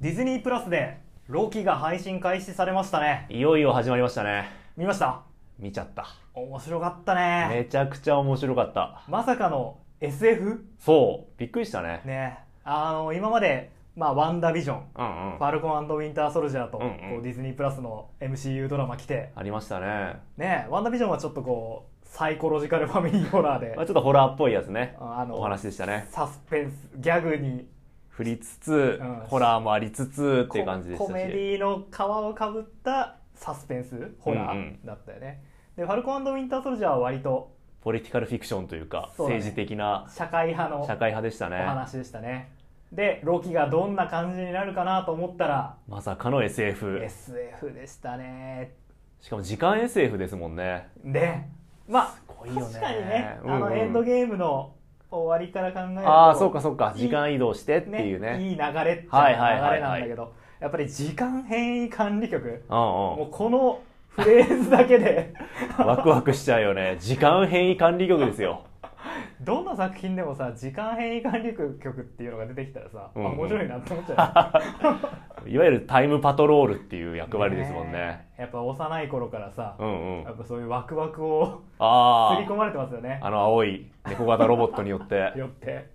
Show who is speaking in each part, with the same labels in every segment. Speaker 1: ディズニープラスでロキが配信開始されましたね
Speaker 2: いよいよ始まりましたね。
Speaker 1: 見ました
Speaker 2: 見ちゃった。
Speaker 1: 面白かったね
Speaker 2: めちゃくちゃ面白かった。
Speaker 1: まさかの SF
Speaker 2: そう、びっくりしたね。
Speaker 1: ねあの今まで、まあ、ワンダービジョン、
Speaker 2: うんうん
Speaker 1: フ。ァルコンウィンター・ソルジャーと、
Speaker 2: うんうん
Speaker 1: こうディズニープラスの MCU ドラマ来て
Speaker 2: ありましたね。
Speaker 1: ねワンダービジョンはちょっとこうサイコロジカルファミリーホラーで
Speaker 2: まあちょっとホラーっぽいやつね。
Speaker 1: あの
Speaker 2: お話でしたね。
Speaker 1: サスペンスギャグに
Speaker 2: 振りつつ
Speaker 1: うん、
Speaker 2: ホラーもありつつっていう感じでし
Speaker 1: コ
Speaker 2: た
Speaker 1: メデ
Speaker 2: し。
Speaker 1: ィの皮をかぶったサスペンスホラーだったよね、でファルコンウィンター・ソルジャーは割と
Speaker 2: ポリティカルフィクションというか、
Speaker 1: そうだね
Speaker 2: 政治的な
Speaker 1: 社会派の
Speaker 2: 社会派でした
Speaker 1: お
Speaker 2: ね。
Speaker 1: 話でしたねでロキがどんな感じになるかなと思ったら
Speaker 2: まさかの SF。
Speaker 1: SF でしたね
Speaker 2: しかも時間 SF ですもんね。
Speaker 1: でまあ
Speaker 2: ごいよね
Speaker 1: 確かにね、あ
Speaker 2: うんう
Speaker 1: の
Speaker 2: ん
Speaker 1: エンドゲームの終わりから考えると
Speaker 2: ああ、そうかそうか。
Speaker 1: いい
Speaker 2: 時間移動してっていう
Speaker 1: ね
Speaker 2: ね。
Speaker 1: いい流れっちゃ流れ
Speaker 2: はいはいはい
Speaker 1: な
Speaker 2: は
Speaker 1: ん
Speaker 2: い
Speaker 1: だけどやっぱり時間変異管理局
Speaker 2: うんう
Speaker 1: も
Speaker 2: ん。
Speaker 1: うこのフレーズだけで
Speaker 2: ワクワクしちゃうよね。時間変異管理局ですよ。
Speaker 1: どんな作品でもさ時間変異管理局っていうのが出てきたらさ、
Speaker 2: うんうん
Speaker 1: あ面白いなって思っち ゃ
Speaker 2: いわゆるタイムパトロールっていう
Speaker 1: う
Speaker 2: 役割ですもんね。
Speaker 1: えやっぱ幼い頃からさ、
Speaker 2: うんうん
Speaker 1: や。っぱそういうワクワクを
Speaker 2: あ
Speaker 1: 刷り込まれてますよね
Speaker 2: あ、あの青い猫型ロボットによ って。
Speaker 1: よって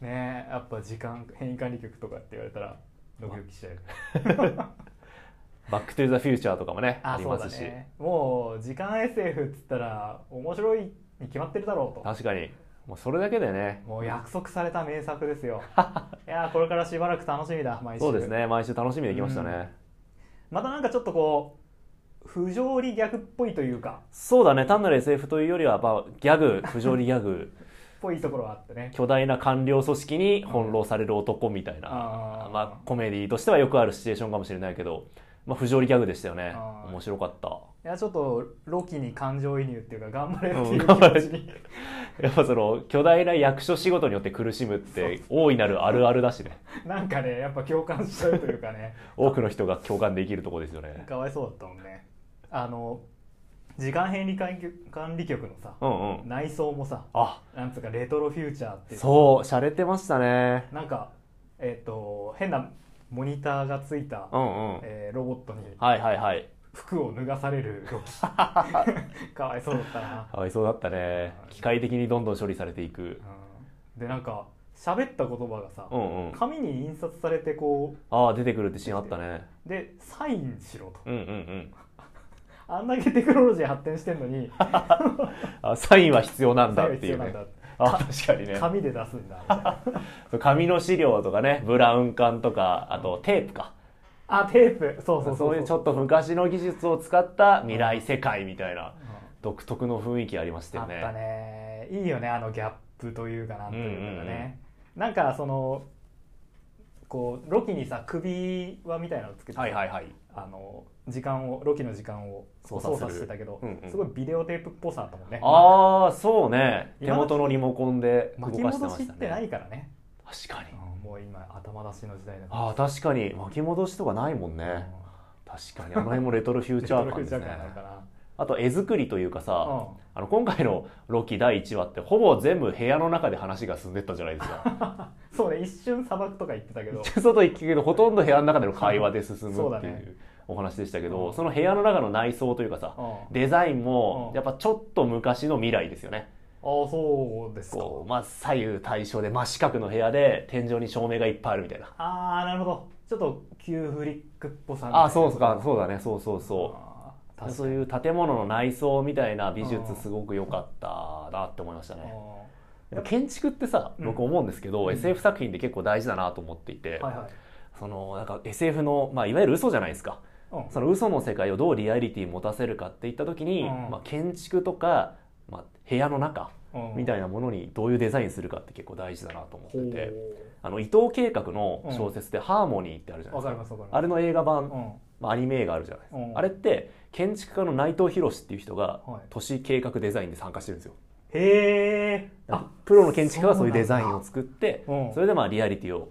Speaker 1: ねえやっぱ時間変異管理局とかって言われたらドキドキしちゃう
Speaker 2: バックトゥーザフューチャーとかもね、あ
Speaker 1: あ
Speaker 2: り
Speaker 1: そう
Speaker 2: ま
Speaker 1: だ
Speaker 2: すし。
Speaker 1: ねもう時間 SF っつったら面白いに決まってるだろうと
Speaker 2: 確かに。もうそれだけでね。
Speaker 1: もう約束された名作です よいやーこれからしばらく楽しみだ毎週
Speaker 2: そうですね、毎週楽しみできましたね。
Speaker 1: うんまたなんかちょっとこう不条理逆っぽいというか
Speaker 2: そうだね、単なる SF というよりは、まあ、ギャグ、不条理ギャ グ、
Speaker 1: っぽいところはあってね
Speaker 2: 巨大な官僚組織に翻弄される男みたいな、
Speaker 1: あー
Speaker 2: まあ、コメディとしてはよくあるシチュエーションかもしれないけど、まあ、不条理ギャグでしたよね
Speaker 1: あ。ー
Speaker 2: 面白かった。
Speaker 1: いやちょっとロキに感情移入っていうか頑張れっていう
Speaker 2: う
Speaker 1: 気
Speaker 2: ん頑張
Speaker 1: 持
Speaker 2: れ
Speaker 1: ちに
Speaker 2: やっぱその、巨大な役所仕事によって苦しむって、大いなるあるあるだしね。
Speaker 1: なんかねやっぱ共感しちゃうというかね
Speaker 2: 多くの人が共感できるところですよね。
Speaker 1: かわいそうだったもんねあの時間変理管理管理局のさ、
Speaker 2: うんうん。
Speaker 1: 内装もさ
Speaker 2: あ、
Speaker 1: なんつうかレトロフューチャーっていう
Speaker 2: そう、洒落てましたね。
Speaker 1: なんかえっ、と変なモニターがついた、
Speaker 2: うんうん。
Speaker 1: えーロボットに
Speaker 2: はいはいはい。
Speaker 1: 服を脱がされるロキかわいそうだったな、
Speaker 2: かわいそうだったね。機械的にどんどん処理されていく。
Speaker 1: うんでなんか喋った言葉がさ、
Speaker 2: うんうん。
Speaker 1: 紙に印刷されてこ
Speaker 2: ああ、出てくるってシーンあったね。
Speaker 1: うでサインしろと
Speaker 2: うんうんうん。
Speaker 1: あんだけテクノロジー発展してんの に
Speaker 2: あサインは必要なんだ
Speaker 1: サイン
Speaker 2: っ
Speaker 1: は
Speaker 2: て
Speaker 1: 必
Speaker 2: い
Speaker 1: 要
Speaker 2: う
Speaker 1: なん
Speaker 2: ね
Speaker 1: だ。
Speaker 2: あ、確かにね。
Speaker 1: 紙で出すんだみたいな
Speaker 2: そう紙の資料とかね、ブラウン管とか、あとテープか。
Speaker 1: あテープそうそうそう
Speaker 2: そういうちょっと昔の技術を使った未来世界みたいな
Speaker 1: うん
Speaker 2: 独特の雰囲気ありました
Speaker 1: あ
Speaker 2: よ
Speaker 1: っ
Speaker 2: ね。
Speaker 1: たねいいよねあのギャップというかなんというか
Speaker 2: うんうん
Speaker 1: ね、なんかそのこうロキにさ首輪みたいなのつけてさ、
Speaker 2: はいはいはい。
Speaker 1: あの時間をロキの時間を
Speaker 2: 操
Speaker 1: 操
Speaker 2: 作
Speaker 1: 作し
Speaker 2: する
Speaker 1: てたけど、
Speaker 2: うんうん
Speaker 1: すごいビデオテープっぽさだったもんねま
Speaker 2: ああ、そうね。手
Speaker 1: 今の
Speaker 2: 元のリモコンで動
Speaker 1: 巻き
Speaker 2: かしてま
Speaker 1: 戻し
Speaker 2: し
Speaker 1: ったてな
Speaker 2: ね。
Speaker 1: いからね、
Speaker 2: 確かに。
Speaker 1: うんもう今頭出しの時代だから
Speaker 2: ああ、確かに。巻き戻しとかないもんね。確かに。あの辺もレトロフューチャー感ですね。
Speaker 1: なるから
Speaker 2: あと、絵作りというか
Speaker 1: う
Speaker 2: さ、
Speaker 1: ん
Speaker 2: あの、今回のロキ第1話って、ほぼ全部部屋の中で話が進んでったじゃないで すか。
Speaker 1: そうね一瞬砂漠とか行ってたけ ど
Speaker 2: 外行くけど、ほとんど部屋の中での会話で進
Speaker 1: そう
Speaker 2: むっ
Speaker 1: だ
Speaker 2: てい
Speaker 1: ね
Speaker 2: うお話でしたけ
Speaker 1: う
Speaker 2: ど、
Speaker 1: ん
Speaker 2: その部屋の中の内装というかさ、
Speaker 1: うんあ
Speaker 2: デザインも
Speaker 1: う、ん
Speaker 2: やっぱちょっと昔の未来ですよね。
Speaker 1: そうですか
Speaker 2: こう、まあ、左右対称で真四角の部屋で、天井に照明がいっぱいあるみたいな。
Speaker 1: ああなるほどちょっとキューフリックっぽさみたいな
Speaker 2: あ、そうか、そうだね、そうそうそ
Speaker 1: あー
Speaker 2: う。
Speaker 1: 確
Speaker 2: そ
Speaker 1: か
Speaker 2: う
Speaker 1: に
Speaker 2: いう建物の内装みたいな美術
Speaker 1: うん
Speaker 2: すごく良かったなって思いました
Speaker 1: あ
Speaker 2: ね。
Speaker 1: ー
Speaker 2: やっぱ建築ってさ、
Speaker 1: うん
Speaker 2: 僕思うんですけど、
Speaker 1: うん
Speaker 2: SF 作品って結構大事だなと思ってい
Speaker 1: はい
Speaker 2: て、
Speaker 1: はい
Speaker 2: そのなんか SF の、まあ、いわゆる嘘じゃないですか。
Speaker 1: うん
Speaker 2: その嘘の世界をどうリアリティ持たせるかっていった時に、
Speaker 1: うん
Speaker 2: まあ、建築とか、まあ、部屋の中
Speaker 1: うん
Speaker 2: みたいなものにどういうデザインするかって結構大事だなと思っ
Speaker 1: ほ
Speaker 2: てて、
Speaker 1: う
Speaker 2: あの伊藤計画の小説で「ハーモニー」ってあるじゃない
Speaker 1: わかり
Speaker 2: ですか。
Speaker 1: ますわかります
Speaker 2: あれの映画版
Speaker 1: うんは
Speaker 2: まあ、アニメ映画あるじゃないですか、
Speaker 1: うん
Speaker 2: あれって建築家の内藤博っていう人が
Speaker 1: い
Speaker 2: 都市計画デザインで参加してるんですよ
Speaker 1: へえあ
Speaker 2: プロの建築家がそうい
Speaker 1: そうなん
Speaker 2: うデ
Speaker 1: だ
Speaker 2: ザインを作ってそ,、
Speaker 1: うん
Speaker 2: れでまあリアリティを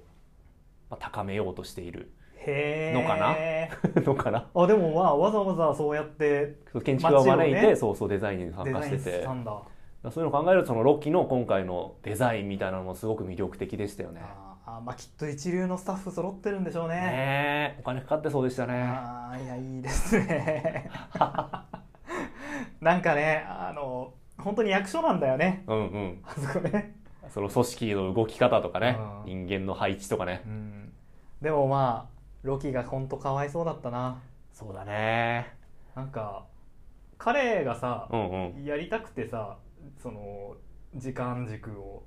Speaker 2: まあ高めようとして いる
Speaker 1: へえ
Speaker 2: のかのかな
Speaker 1: あでもまあわざわざそうやって
Speaker 2: そう建築家を招いて、
Speaker 1: 街をね
Speaker 2: そうそうデザインに参
Speaker 1: デ
Speaker 2: 加
Speaker 1: ザ
Speaker 2: し
Speaker 1: イ
Speaker 2: て
Speaker 1: ン
Speaker 2: て
Speaker 1: し
Speaker 2: だ
Speaker 1: た
Speaker 2: か
Speaker 1: んだ
Speaker 2: らそういうのを考えるとそのロッキーの今回のデザインみたいなのもすごく魅力的でしたよね
Speaker 1: ああーまあきっと一流のスタッフ揃ってるんでしょうね
Speaker 2: ねえお金かかってそうでしたね
Speaker 1: あーいやいいですね なんかねあの本当に役所なんだよね
Speaker 2: うんうん
Speaker 1: あそこね、
Speaker 2: その組織の動き方とかね
Speaker 1: あー
Speaker 2: 人間の配置とかね
Speaker 1: うん、でもまあロキが本当かわいそうだったな
Speaker 2: そうだね
Speaker 1: なんか彼がさ
Speaker 2: う、んうん
Speaker 1: やりたくてさその時間軸を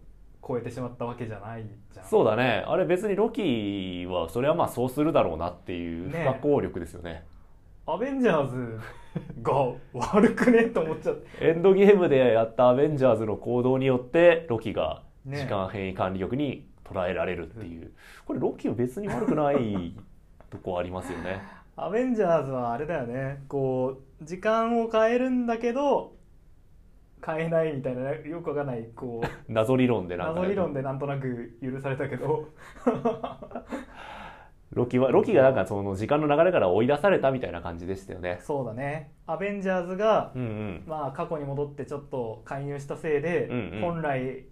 Speaker 1: 超えてしまったわけじゃないじゃん
Speaker 2: そうだねあれ別にロキはそれはまあそうするだろうなっていう不
Speaker 1: ね
Speaker 2: 可抗力ですよね
Speaker 1: アベンジャーズが悪くねと思っちゃって
Speaker 2: エンドゲームでやったアベンジャーズの行動によってロキが
Speaker 1: ね
Speaker 2: 時間変異管理局に捉えられるっていう、これロキは別に悪くないとこありますよね
Speaker 1: アベンジャーズはあれだよねこう時間を変えるんだけど変えないみたいなよくわかんないこ う
Speaker 2: 謎理論でなんか
Speaker 1: 謎
Speaker 2: ね
Speaker 1: 理論でなんとなく許されたけど
Speaker 2: ロキはロキがなんかその時間の流れから追い出されたみたいな感じでしたよね
Speaker 1: そうだねアベンジャーズが、
Speaker 2: うんうん
Speaker 1: まあ、過去に戻ってちょっと介入したせいで、
Speaker 2: うんうん
Speaker 1: 本来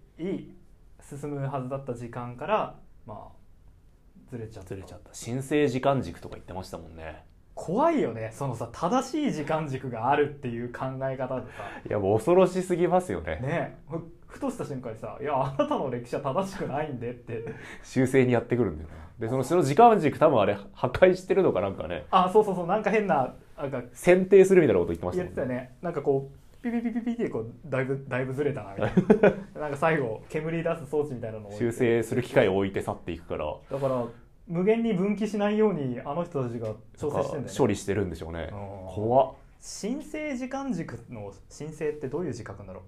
Speaker 1: 進むはずだった時間からまあずれちゃった
Speaker 2: ずれちゃった神聖時間軸とか言ってましたもんね
Speaker 1: 怖いよねそのさ正しい時間軸があるっていう考え方でさ
Speaker 2: いやもう恐ろしすぎますよね
Speaker 1: ねえふふとした瞬間にさ「いやあなたの歴史は正しくないんで」って
Speaker 2: 修正にやってくるんだよねでそのその時間軸多分あれ破壊してるのかなんかね
Speaker 1: あそうそうそうなんか変ななんか
Speaker 2: 選定するみたいなこと言ってました
Speaker 1: 言っ
Speaker 2: も
Speaker 1: て
Speaker 2: ん
Speaker 1: たよねなんかこうピピピピピってこうだいぶだいぶずれたなみたい ななんか最後煙出す装置みたいなのを
Speaker 2: 修正する機会を置いて去っていくから
Speaker 1: だから無限に分岐しないようにあの人たちが調整してんだ
Speaker 2: 処
Speaker 1: よね
Speaker 2: 理してるんでしょうね
Speaker 1: うん
Speaker 2: 怖っ
Speaker 1: 申請時間軸の申請ってどういう字書くんだろう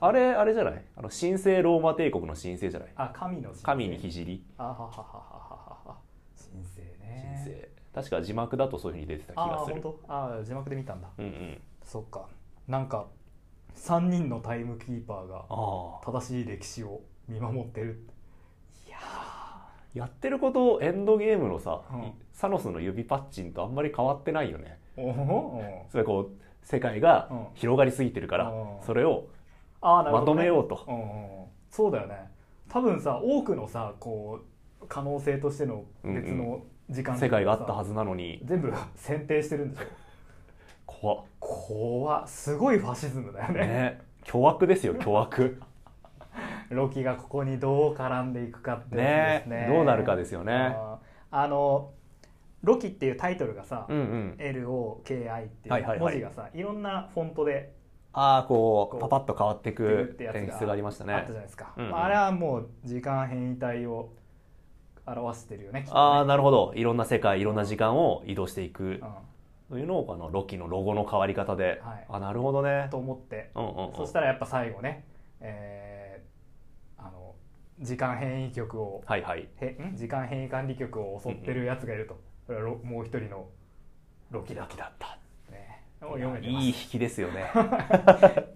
Speaker 2: あれあれじゃないあの神聖ローマ帝国の神聖じゃない
Speaker 1: あ神の神
Speaker 2: 神に聖り
Speaker 1: あはははははは申請
Speaker 2: 神
Speaker 1: ね
Speaker 2: 聖確か字幕だとそういうふうに出てた気
Speaker 1: あ
Speaker 2: が
Speaker 1: あ
Speaker 2: す
Speaker 1: 本
Speaker 2: る
Speaker 1: 当ああ字幕で見たんだ
Speaker 2: うんうん
Speaker 1: そっかなんか3人のタイムキーパーが
Speaker 2: ああ
Speaker 1: 正しい歴史を見守ってるいや
Speaker 2: やってることをエンドゲームのさ、
Speaker 1: うん
Speaker 2: サノスの指パッチンとあんまり変わってないよね
Speaker 1: ーおお
Speaker 2: それこう世界が
Speaker 1: うん
Speaker 2: 広がりすぎてるから、
Speaker 1: うん
Speaker 2: それを
Speaker 1: ああなる
Speaker 2: ま
Speaker 1: ほど、
Speaker 2: と
Speaker 1: ね、
Speaker 2: めようと、
Speaker 1: うんうんうんそうだよね多分さ多くのさこう可能性としての別の時間
Speaker 2: 世界があったは
Speaker 1: ず
Speaker 2: ずなのに
Speaker 1: 全部選定してるんでしょ
Speaker 2: 怖っ
Speaker 1: 怖っすごいファシズムだよね
Speaker 2: ね巨悪です よ巨悪
Speaker 1: ロキがここにどう絡んでいくかってや
Speaker 2: ね
Speaker 1: つですね
Speaker 2: どうなるかですよね
Speaker 1: あーあのロキっていうタイトルがさ、
Speaker 2: うんうん
Speaker 1: LOKI って
Speaker 2: はいいは
Speaker 1: う
Speaker 2: いは
Speaker 1: 文
Speaker 2: い
Speaker 1: 字がさ、いろんなフォントで
Speaker 2: ああこ
Speaker 1: こ
Speaker 2: う
Speaker 1: う
Speaker 2: パパッと変わって
Speaker 1: 出る
Speaker 2: く
Speaker 1: ってやつが
Speaker 2: 演出がありました
Speaker 1: あっ
Speaker 2: ね
Speaker 1: たじゃないですか、
Speaker 2: うんうん
Speaker 1: まあ、あれはもう時間変異体を表してるよねきっとね
Speaker 2: ああなるほどいろんな世界いろんな時間を移動していく
Speaker 1: う
Speaker 2: というのをこのロキのロゴの変わり方で、
Speaker 1: はい
Speaker 2: あなるほどね
Speaker 1: ん、と思って、
Speaker 2: うんうんうん、
Speaker 1: そしたらやっぱ最後ね、えーあの時間変異局を
Speaker 2: はいはい
Speaker 1: へん時間変異管理局を襲ってるやつがいると、それはロもう一人のロキだと、
Speaker 2: だった
Speaker 1: ね、もう読めて
Speaker 2: い
Speaker 1: ま
Speaker 2: や
Speaker 1: す
Speaker 2: いい引きですよね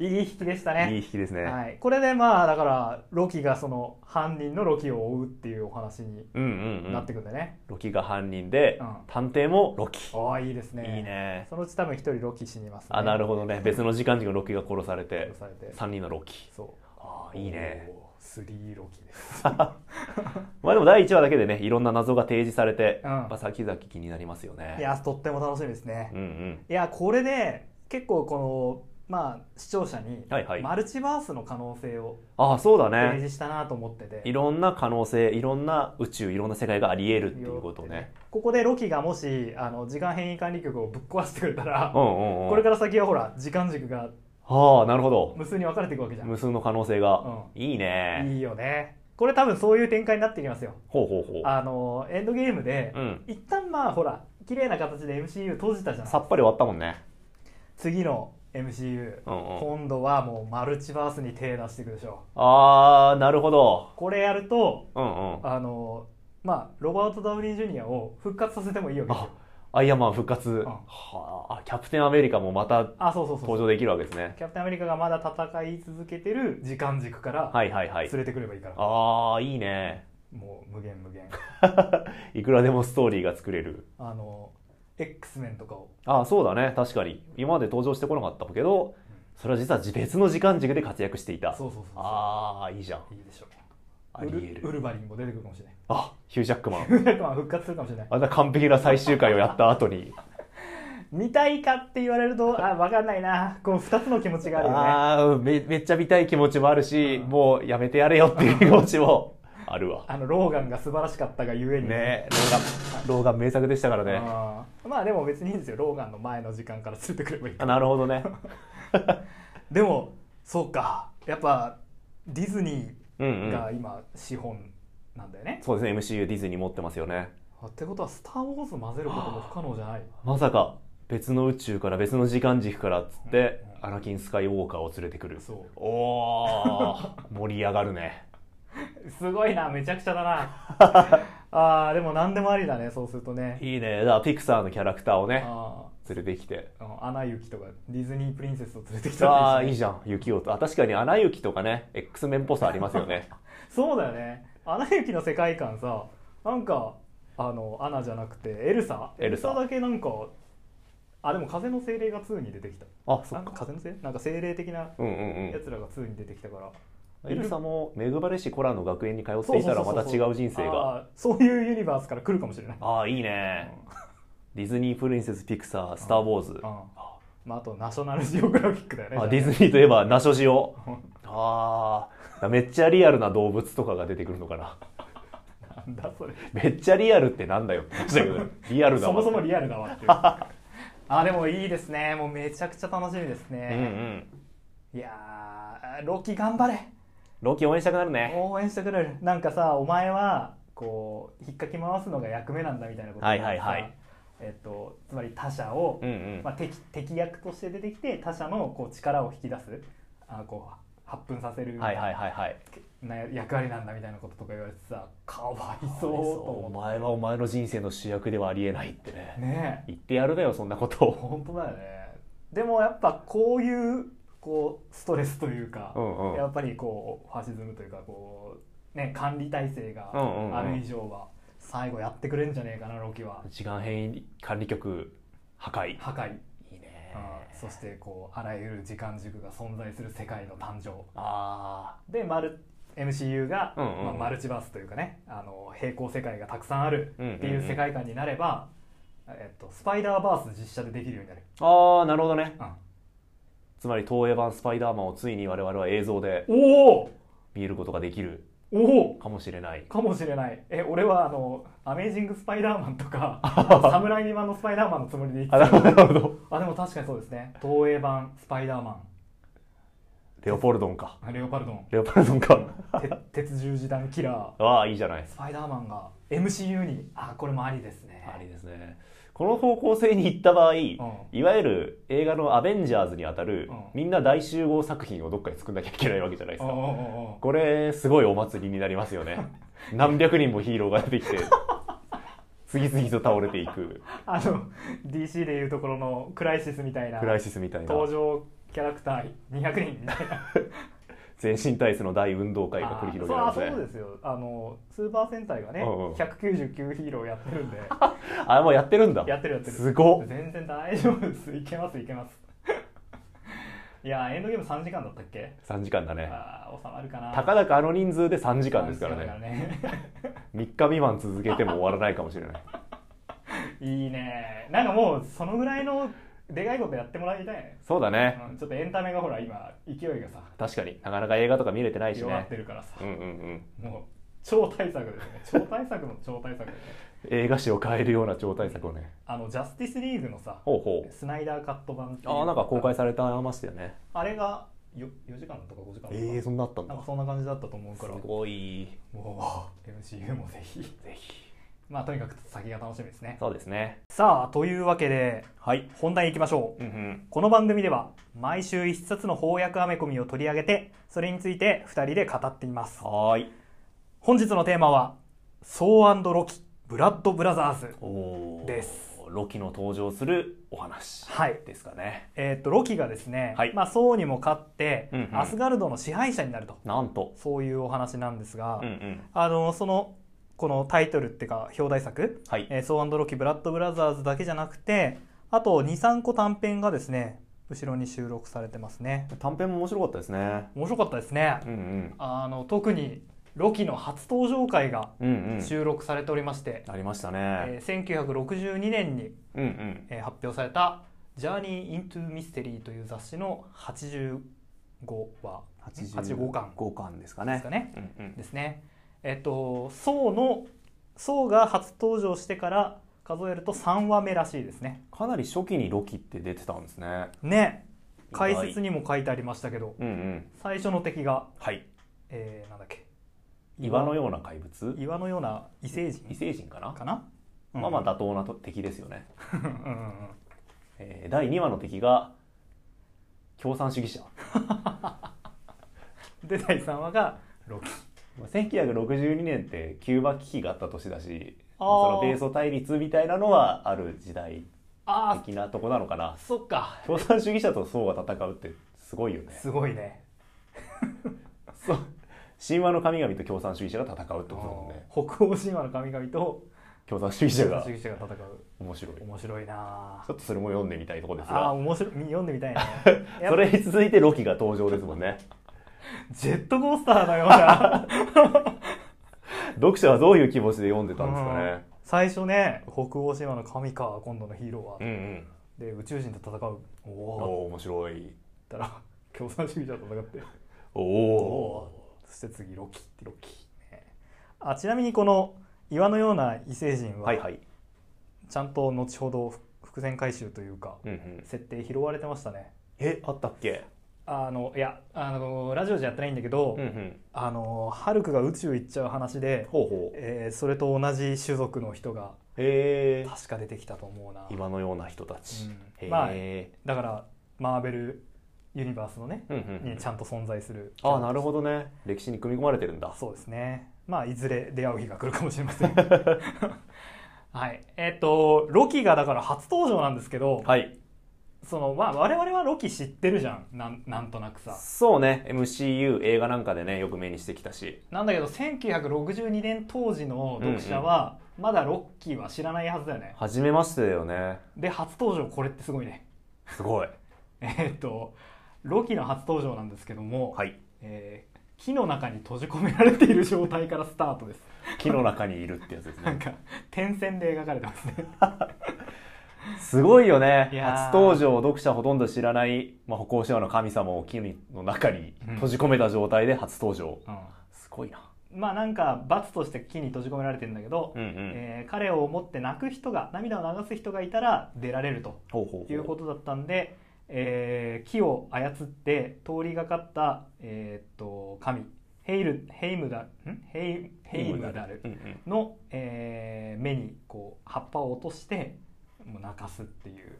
Speaker 1: いい引きで したね
Speaker 2: いい引きですね、
Speaker 1: はい、これでまあだからロキがその犯人のロキを追うっていうお話に
Speaker 2: うんうんうん
Speaker 1: なってくんでね、
Speaker 2: ロキが犯人で、
Speaker 1: うん
Speaker 2: 探偵もロキ
Speaker 1: ああいいですね
Speaker 2: いいね
Speaker 1: そのうち多分一人ロキ死にますね
Speaker 2: あなるほどね別の時間軸のロキが殺されて
Speaker 1: 殺されて
Speaker 2: 3人のロキ
Speaker 1: そう
Speaker 2: ああいいね
Speaker 1: おースリーロキです
Speaker 2: まあでも第1話だけでねいろんな謎が提示されて、
Speaker 1: うん
Speaker 2: やっぱ先々気になりますよね
Speaker 1: いやとっても楽しみですね、
Speaker 2: うんうん
Speaker 1: いやこれで結構このまあ視聴者に
Speaker 2: はいはい
Speaker 1: マルチバースの可能性を
Speaker 2: ああそうだ
Speaker 1: 提
Speaker 2: ね
Speaker 1: 示したなと思ってて、
Speaker 2: いろんな可能性いろんな宇宙いろんな世界があり得るっていうことね
Speaker 1: ここでロキがもしあの時間変異管理局をぶっ壊してくれたら、
Speaker 2: うんうんうん
Speaker 1: これから先はほら時間軸が
Speaker 2: ああなるほど
Speaker 1: 無数に分かれていくわけじゃん
Speaker 2: 無数の可能性が、いいね
Speaker 1: いいよねこれ多分そういう展開になってきますよ
Speaker 2: ほうほうほう
Speaker 1: あのエンドゲームで、
Speaker 2: うん
Speaker 1: 一旦まあほら綺麗な形で MCU 閉じたじゃ
Speaker 2: さ
Speaker 1: ん
Speaker 2: っぱり終わったもんね
Speaker 1: 次の MCU、
Speaker 2: うんうん
Speaker 1: 今度はもうマルチバースに手出していくでしょ
Speaker 2: ああなるほど
Speaker 1: これやると
Speaker 2: うんうん
Speaker 1: あのまあロバート・ダウリー・ジュニアを復活させてもいいわけです
Speaker 2: あ
Speaker 1: よ
Speaker 2: アイアンマン復活、
Speaker 1: ん
Speaker 2: はあキャプテンアメリカもまた
Speaker 1: あそうそうそう
Speaker 2: 登場できるわけですね
Speaker 1: キャプテンアメリカがまだ戦い続けてる時間軸から
Speaker 2: はいはいはい
Speaker 1: 連れてくればいいから、
Speaker 2: ああいいね
Speaker 1: もう無限無限
Speaker 2: いくらでもストーリーが作れる
Speaker 1: あの X メンとかを
Speaker 2: ああそうだね確かに今まで登場してこなかったけどそれは実は別の時間軸で活躍していた
Speaker 1: そうそうそうそう
Speaker 2: ああいいじゃん
Speaker 1: いいでしょう
Speaker 2: あ
Speaker 1: ウ
Speaker 2: り
Speaker 1: ル
Speaker 2: える
Speaker 1: ウルヴァリンも出てくるかもしれない
Speaker 2: あヒュージャックマ
Speaker 1: ウ
Speaker 2: ン
Speaker 1: ルヴァリンは復活するかもしれない
Speaker 2: あんな完璧な最終回をやった後に
Speaker 1: 見たいかって言われるとあ分かんないなこの2つの気持ちがあるよね
Speaker 2: あーめめっちゃ見たい気持ちもあるし
Speaker 1: うん
Speaker 2: もうやめてやれよっていう気持ちもあるわ
Speaker 1: あのローガンが素晴らしかったがゆえに
Speaker 2: ねえ老眼老眼名作でしたからね
Speaker 1: あーまあでも別にいいんですよローガンの前の時間から連れてくればいい
Speaker 2: あなるほ どね
Speaker 1: でもそうかやっぱディズニ
Speaker 2: うん、う
Speaker 1: ー
Speaker 2: ん
Speaker 1: が、今資本なんだよね、
Speaker 2: そうですね MCU ディズニー持ってますよね
Speaker 1: あってことは「スター・ウォーズ」混ぜることも不可能じゃない
Speaker 2: まさか別の宇宙から別の時間軸からっつって
Speaker 1: う
Speaker 2: アナキン・スカイウォーカーを連れてくる
Speaker 1: そ
Speaker 2: おおー盛り上が るね
Speaker 1: うすごいなめちゃくちゃだな あーでも何でもありだねそうするとね
Speaker 2: いいねだからピクサーのキャラクターをね
Speaker 1: あ
Speaker 2: 連れてきて
Speaker 1: ーあのアナ雪とかディズニープリンセスを連れてきた
Speaker 2: あ
Speaker 1: ら
Speaker 2: あいいじゃん雪をあ確かにアナ雪とかね X メンっぽさありますよ ね
Speaker 1: そうだよねアナ雪の世界観さなんかあのアナじゃなくてエルサ
Speaker 2: エルサ
Speaker 1: だけなんかあでも風の精霊が2に出てきた
Speaker 2: あそ
Speaker 1: な
Speaker 2: っ
Speaker 1: んか
Speaker 2: か
Speaker 1: 風の精霊なんか精霊的な
Speaker 2: うんうんう
Speaker 1: や
Speaker 2: ん
Speaker 1: つらが2に出てきたから
Speaker 2: エルサも恵まれしコラの学園に通っていたらまた違う人生が
Speaker 1: あーそういうユニバースから来るかもしれない
Speaker 2: ああいいねディズニープリンセスピクサースター・ウォーズ
Speaker 1: うんまあ、あとナショナルジオグラフィックだよね
Speaker 2: あディズニーといえばナショジオ
Speaker 1: うん
Speaker 2: ああめっちゃリアルな動物とかが出てくるのかな
Speaker 1: なんだそれ
Speaker 2: めっちゃリアルってなんだよって話だ けどリアルだ
Speaker 1: そ
Speaker 2: わ
Speaker 1: もそもリアルだ わっていうあーでもいいですねもうめちゃくちゃ楽しみです
Speaker 2: うんう
Speaker 1: ね、い
Speaker 2: ん
Speaker 1: やーロキ頑張れ
Speaker 2: ロキ応援したくなるね
Speaker 1: 応援してくれるなんかさお前はこう引っかき回すのが役目なんだみたいなこと
Speaker 2: は
Speaker 1: に
Speaker 2: い
Speaker 1: なって
Speaker 2: はい
Speaker 1: さ
Speaker 2: はい
Speaker 1: えっとつまり他者を、
Speaker 2: うんうん
Speaker 1: まあ、敵敵役として出てきて他者のこう力を引き出すあこう発奮させるみた
Speaker 2: はいい
Speaker 1: な,、
Speaker 2: はいはいはい
Speaker 1: 役割なんだみたいなこととか言われてさかわいそうと
Speaker 2: お
Speaker 1: 思
Speaker 2: 前はお前の人生の主役ではありえないってね
Speaker 1: うねえ
Speaker 2: 言ってやるなよそんなことを
Speaker 1: 本当だよねでもやっぱこういうこうストレスというか、
Speaker 2: うんうん
Speaker 1: やっぱりこうファシズムというかこう、ね、管理体制が
Speaker 2: うんうんうん
Speaker 1: ある以上は最後やってくれんじゃねえかなロキは
Speaker 2: 時間変異管理局破壊
Speaker 1: 破壊、
Speaker 2: いいね
Speaker 1: うんそしてこうあらゆる時間軸が存在する世界の誕生
Speaker 2: あ
Speaker 1: でマル MCU が、
Speaker 2: うんうんうん
Speaker 1: まあ、マルチバースというかねあの平行世界がたくさんあるってい
Speaker 2: んうん
Speaker 1: う
Speaker 2: うん
Speaker 1: う世界観になれば、えっと、スパイダーバース実写でできるようになる、
Speaker 2: ーあーなるほどね
Speaker 1: う
Speaker 2: つまり東映版スパイダーマンをついに我々は映像で
Speaker 1: ん、おお
Speaker 2: 見ることができる
Speaker 1: おお
Speaker 2: かもしれない
Speaker 1: かもしれないえ俺はあの「アメイジング・スパイダーマン」と か「サムライミマン」のスパイダーマンのつもりでいい
Speaker 2: あなるほどなるほど
Speaker 1: あでも確かにそうですね東映版スパイダーマ
Speaker 2: レオポルドンか
Speaker 1: ンレオパルドン
Speaker 2: レオパルドンか
Speaker 1: て 鉄十字弾キラー
Speaker 2: ああいいじゃない
Speaker 1: スパイダーマンが MCU にあこれもありですね
Speaker 2: ありですねこの方向性に行った場合、い
Speaker 1: うん
Speaker 2: わゆる映画の「アベンジャーズ」にあたる、
Speaker 1: うん
Speaker 2: みんな大集合作品をどっかに作んなきゃいけないわけじゃないです
Speaker 1: おう
Speaker 2: か
Speaker 1: おうおうおう
Speaker 2: これすごいお祭りになります よね何百人もヒーローが出てきて次々と倒れていく
Speaker 1: あの DC でいうところのクライシスみたいな
Speaker 2: クライシスみたいな
Speaker 1: 登場キャラクター200人みたい な
Speaker 2: 全身体操の大運動会が繰り広げら
Speaker 1: あーそう
Speaker 2: れ
Speaker 1: あそう
Speaker 2: て
Speaker 1: ですよあのスーパー戦隊がね、
Speaker 2: うんうん
Speaker 1: 199ヒーローやって るんで
Speaker 2: あもうやってるんだ
Speaker 1: やってるやってる
Speaker 2: すごっ
Speaker 1: 全然大丈夫ですいけますいけます いやーエンドゲーム3時間だったっけ
Speaker 2: 3時間だね
Speaker 1: あー収まるかな
Speaker 2: たかだかあの人数で3時間ですから
Speaker 1: 3時間
Speaker 2: ね
Speaker 1: だね
Speaker 2: 3日未満続けても終わらないかもしれない
Speaker 1: いいねなんかもうそのぐらいのでかいことやってもらいたいね、
Speaker 2: そうだね
Speaker 1: うん、ちょっとエンタメがほら今勢いがさ
Speaker 2: 確かになかなか映画とか見れてないし
Speaker 1: 弱っ
Speaker 2: ね
Speaker 1: てるからさ、
Speaker 2: うんうんうん
Speaker 1: もう超大作ですね超 大作の超大作ですね
Speaker 2: 映画史を変えるような超大作をね
Speaker 1: あのジャスティスリーグのさ
Speaker 2: ほうほう
Speaker 1: スナイダーカット版っていう
Speaker 2: ああなんか公開されてましたよね
Speaker 1: あれがよ4時間とか5時間とか、
Speaker 2: ええそんなあったん
Speaker 1: な
Speaker 2: だ
Speaker 1: んかそんな感じだったと思うから
Speaker 2: すごい
Speaker 1: もう MCU もぜひ
Speaker 2: ぜひ
Speaker 1: まあとにかく先が楽しみですね
Speaker 2: そうですね
Speaker 1: さあというわけで
Speaker 2: はい
Speaker 1: 本題いきましょう
Speaker 2: うんうん
Speaker 1: この番組では毎週一冊の翻訳アメコミを取り上げてそれについて2人で語っています
Speaker 2: はーい
Speaker 1: 本日のテーマは「ソーロキブラッドブラザーズ
Speaker 2: おー
Speaker 1: です
Speaker 2: ロキの登場するお」話
Speaker 1: はい
Speaker 2: ですかね
Speaker 1: えーっとロキがですね、
Speaker 2: はい
Speaker 1: まあ、ソーにも勝って、
Speaker 2: うんうん
Speaker 1: アスガルドの支配者になると
Speaker 2: なんと
Speaker 1: そういうお話なんですが、
Speaker 2: うんうん
Speaker 1: あのそのこのタイトルっていうか表題作「
Speaker 2: はい
Speaker 1: えーソーロキブラッドブラザーズ」だけじゃなくてあと23個短編がですね後ろに収録されてますね
Speaker 2: 短編も面白かったですね
Speaker 1: 面白かったですね
Speaker 2: うんうん
Speaker 1: あの特にロキの初登場回が
Speaker 2: うんうん
Speaker 1: 収録されておりまして、
Speaker 2: ありました
Speaker 1: え
Speaker 2: ね、
Speaker 1: ー1962年に、
Speaker 2: うんうん
Speaker 1: えー発表された「Journey into Mystery」という雑誌の85話85巻
Speaker 2: 五巻ですか
Speaker 1: で
Speaker 2: ね
Speaker 1: すかね。
Speaker 2: うんうん
Speaker 1: ですね。えっと宋の宋が初登場してから数えると3話目らしいですね。
Speaker 2: かなり初期にロキって出てたんですね
Speaker 1: ね
Speaker 2: 意外
Speaker 1: 解説にも書いてありましたけど
Speaker 2: うんうん
Speaker 1: 最初の敵が、
Speaker 2: はい
Speaker 1: えー、なんだっけ
Speaker 2: 岩のような怪物
Speaker 1: 岩のような異星人
Speaker 2: 異星人かな
Speaker 1: かな、
Speaker 2: まあまあ
Speaker 1: だ、
Speaker 2: 妥当なと敵ですよね、
Speaker 1: うんうんうん
Speaker 2: えー第2話の敵が共産主義者、
Speaker 1: で第3話がロキ
Speaker 2: まあ、1962年ってキューバ危機があった年だし
Speaker 1: あー
Speaker 2: まあその米ソ対立みたいなのはある時代
Speaker 1: あ
Speaker 2: 的なとこなのかな
Speaker 1: あそっか
Speaker 2: 共産主義者と宋が戦うってすごいよね
Speaker 1: すごいね
Speaker 2: そう神話の神々と共産主義者が戦うってことだもんね
Speaker 1: 北欧神話の神々と
Speaker 2: 共産主義者
Speaker 1: 主
Speaker 2: が
Speaker 1: 義者が戦う
Speaker 2: 面白いち
Speaker 1: 面白いな
Speaker 2: ょっとそれも読んでみたいとこです
Speaker 1: ああー
Speaker 2: が
Speaker 1: 面白い読んでみた いねやっぱ
Speaker 2: それに続いてロキが登場ですもんね
Speaker 1: ジェットコースターのような
Speaker 2: 読者はどういう気持ちで読んでたんですかね
Speaker 1: 最初ね北欧神話の神か今度のヒーロー
Speaker 2: うん
Speaker 1: は、
Speaker 2: うん
Speaker 1: で宇宙人と戦うお
Speaker 2: お
Speaker 1: お
Speaker 2: おー面白い
Speaker 1: ったら 共産主義者と戦って
Speaker 2: お
Speaker 1: お
Speaker 2: お
Speaker 1: そして次ロキロキ、ねあちなみにこの岩のような異星人は、
Speaker 2: はいはい
Speaker 1: ちゃんと後ほど伏線回収というか、
Speaker 2: うんうん
Speaker 1: 設定拾われてましたね
Speaker 2: えあったっけ
Speaker 1: あのいやあのラジオじゃやってないんだけど、
Speaker 2: うんうん
Speaker 1: あのハルクが宇宙行っちゃう話で、
Speaker 2: ほうほう
Speaker 1: えーそれと同じ種族の人が
Speaker 2: へえ
Speaker 1: 確か出てきたと思うな
Speaker 2: 今のような人たち
Speaker 1: うん
Speaker 2: へ
Speaker 1: まあ
Speaker 2: え
Speaker 1: だからマーベルユニバースのね、
Speaker 2: うんうんうん
Speaker 1: にちゃんと存在する
Speaker 2: ああなるほどね歴史に組み込まれてるんだ
Speaker 1: そうですね。まあ、いずれ出会う日が来るかもしれま せん。はい。えっ、と、ロキがだから初登場なんですけど、
Speaker 2: はい
Speaker 1: その、まあ、我々はロキ知ってるじゃん。なんなんとなくさ。
Speaker 2: そうね MCU 映画なんかでねよく目にしてきたし
Speaker 1: なんだけど、1962年当時の読者は、まだロッキーは知らないはずだよね。
Speaker 2: 初めましてだよね
Speaker 1: で、初登場、これってすごいね。
Speaker 2: すごい
Speaker 1: えっ、と、ロキの初登場なんですけども、
Speaker 2: はい
Speaker 1: えー木の中に閉じ込められている状態からスタートです。
Speaker 2: 木の中にいるってやつです
Speaker 1: なん
Speaker 2: ね
Speaker 1: か、点線で描かれてますね。
Speaker 2: すごいよね
Speaker 1: いやー
Speaker 2: 初登場読者ほとんど知らない、まあ、歩行者の神様を木の中に閉じ込めた状態で初登場、
Speaker 1: うん
Speaker 2: すごいな
Speaker 1: まあなんか罰として木に閉じ込められてるんだけど、
Speaker 2: うんうん、
Speaker 1: えー彼を思って泣く人が涙を流す人がいたら出られると
Speaker 2: ほうほうほう
Speaker 1: いうことだったんで、えー木を操って通りがかった、えーっと神ヘイルヘイムダルんヘイヘイムダル
Speaker 2: うんうん
Speaker 1: の、えー目にこう葉っぱを落としてもう泣かすっていう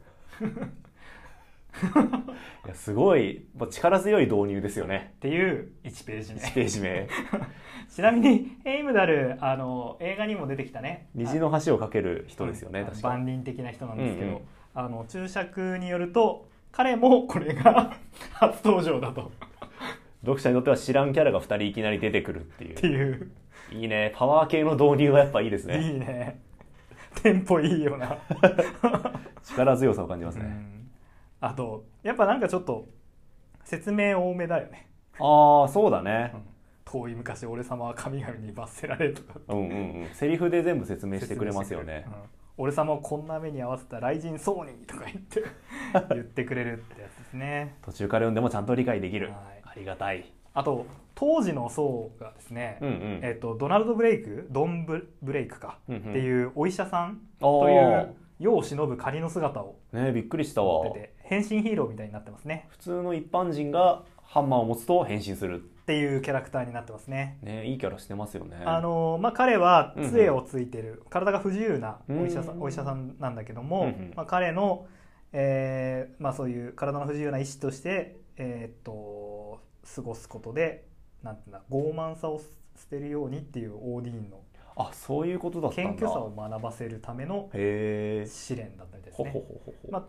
Speaker 2: いやすごい、まあ、力強い導入ですよね
Speaker 1: っていう1ページ目
Speaker 2: 1ページ 目
Speaker 1: ちなみにヘイムダルあの映画にも出てきたね
Speaker 2: 虹の橋を架ける人ですよね、
Speaker 1: うん
Speaker 2: 確か
Speaker 1: 万人的な人なんですけど、
Speaker 2: うんうん
Speaker 1: あの注釈によると彼もこれが 初登場だと
Speaker 2: 読者にとっては知らんキャラが2人いきなり出てくるってい
Speaker 1: っ て
Speaker 2: う
Speaker 1: いう、
Speaker 2: いいねパワー系の導入はやっぱいいですね
Speaker 1: いいねテンポいいよな、
Speaker 2: 力強さを感じます
Speaker 1: う
Speaker 2: ね、
Speaker 1: んあとやっぱなんかちょっと説明多めだよね
Speaker 2: ああそうだね、
Speaker 1: 遠い昔俺様は神々に罰せられとか
Speaker 2: うん、うんうんセリフで全部説明してくれますよ
Speaker 1: 説
Speaker 2: ね
Speaker 1: 明してくれるうん俺様をこんな目に合わせた雷神ソーニーとか言って 言ってくれるってやつですね
Speaker 2: 途中から読んでもちゃんと理解できる、
Speaker 1: はい
Speaker 2: ありがたい
Speaker 1: あと当時の層がですね、
Speaker 2: うんうん
Speaker 1: えっとドナルド・ブレイクドンブ・ブレイクか、
Speaker 2: うんうん
Speaker 1: っていうお医者さん
Speaker 2: お
Speaker 1: とい
Speaker 2: ー
Speaker 1: う世を忍ぶ仮の姿を
Speaker 2: ねびっくりした
Speaker 1: 出
Speaker 2: わ
Speaker 1: て変身ヒーローみたいになってますね
Speaker 2: 普通の一般人がハンマーを持つと変身する
Speaker 1: っていうキャラクターになってますね、
Speaker 2: ねいいキャラしてますよね
Speaker 1: あのまあ、彼は
Speaker 2: うんうん
Speaker 1: 杖をついてる、体が不自由なお医者さ
Speaker 2: うんん
Speaker 1: お医者さんなんだけども、
Speaker 2: うんうん
Speaker 1: まあ、彼の、えーまあ、そういう体の不自由な医師として、えーっと過ごすことでなんていうんだ傲慢さを捨てるようにっていうオーディーンの
Speaker 2: あそういうことだったんだ
Speaker 1: 謙虚さを学ばせるための
Speaker 2: へえ
Speaker 1: 試練だったみたいです
Speaker 2: ほ
Speaker 1: ね。
Speaker 2: ほほほほ、
Speaker 1: まあ、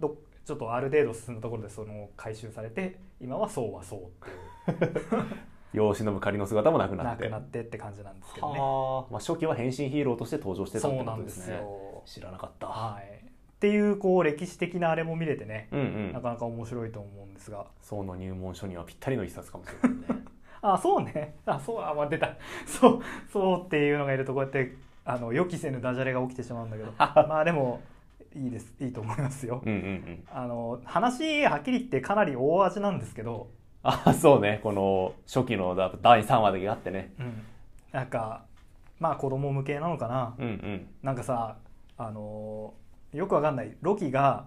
Speaker 1: どちょっとある程度進んだところでその回収されて今はそうはそうっていう
Speaker 2: 養子の仮の姿もなくな
Speaker 1: な
Speaker 2: って
Speaker 1: くなってって感じなんですけどね。
Speaker 2: はあ、まあ、初期は変身ヒーローとして登場してたって
Speaker 1: そう
Speaker 2: こ
Speaker 1: な
Speaker 2: と
Speaker 1: ん
Speaker 2: で
Speaker 1: ですす
Speaker 2: ね
Speaker 1: よ。
Speaker 2: 知らなかった
Speaker 1: はい、っていうこう歴史的なあれも見れてね、
Speaker 2: うんう
Speaker 1: なんかなか面白いと思うんですが
Speaker 2: 宋の入門書にはぴったりの一冊かもしれないね
Speaker 1: あそうねあそうあ、まあ、出た そうそうっていうのがいるとこうやってあの予期せぬダジャレが起きてしまうんだ けどまあでもいいですいいと思いますよ、
Speaker 2: うんうんうん。
Speaker 1: あの話はっきり言ってかなり大味なんですけど、
Speaker 2: あ、そうね。この初期のだ第3話だけがあってね。
Speaker 1: うん、なんかまあ子供向けなのかな、
Speaker 2: うんうん。
Speaker 1: なんかさあのーよくわかんないロキが、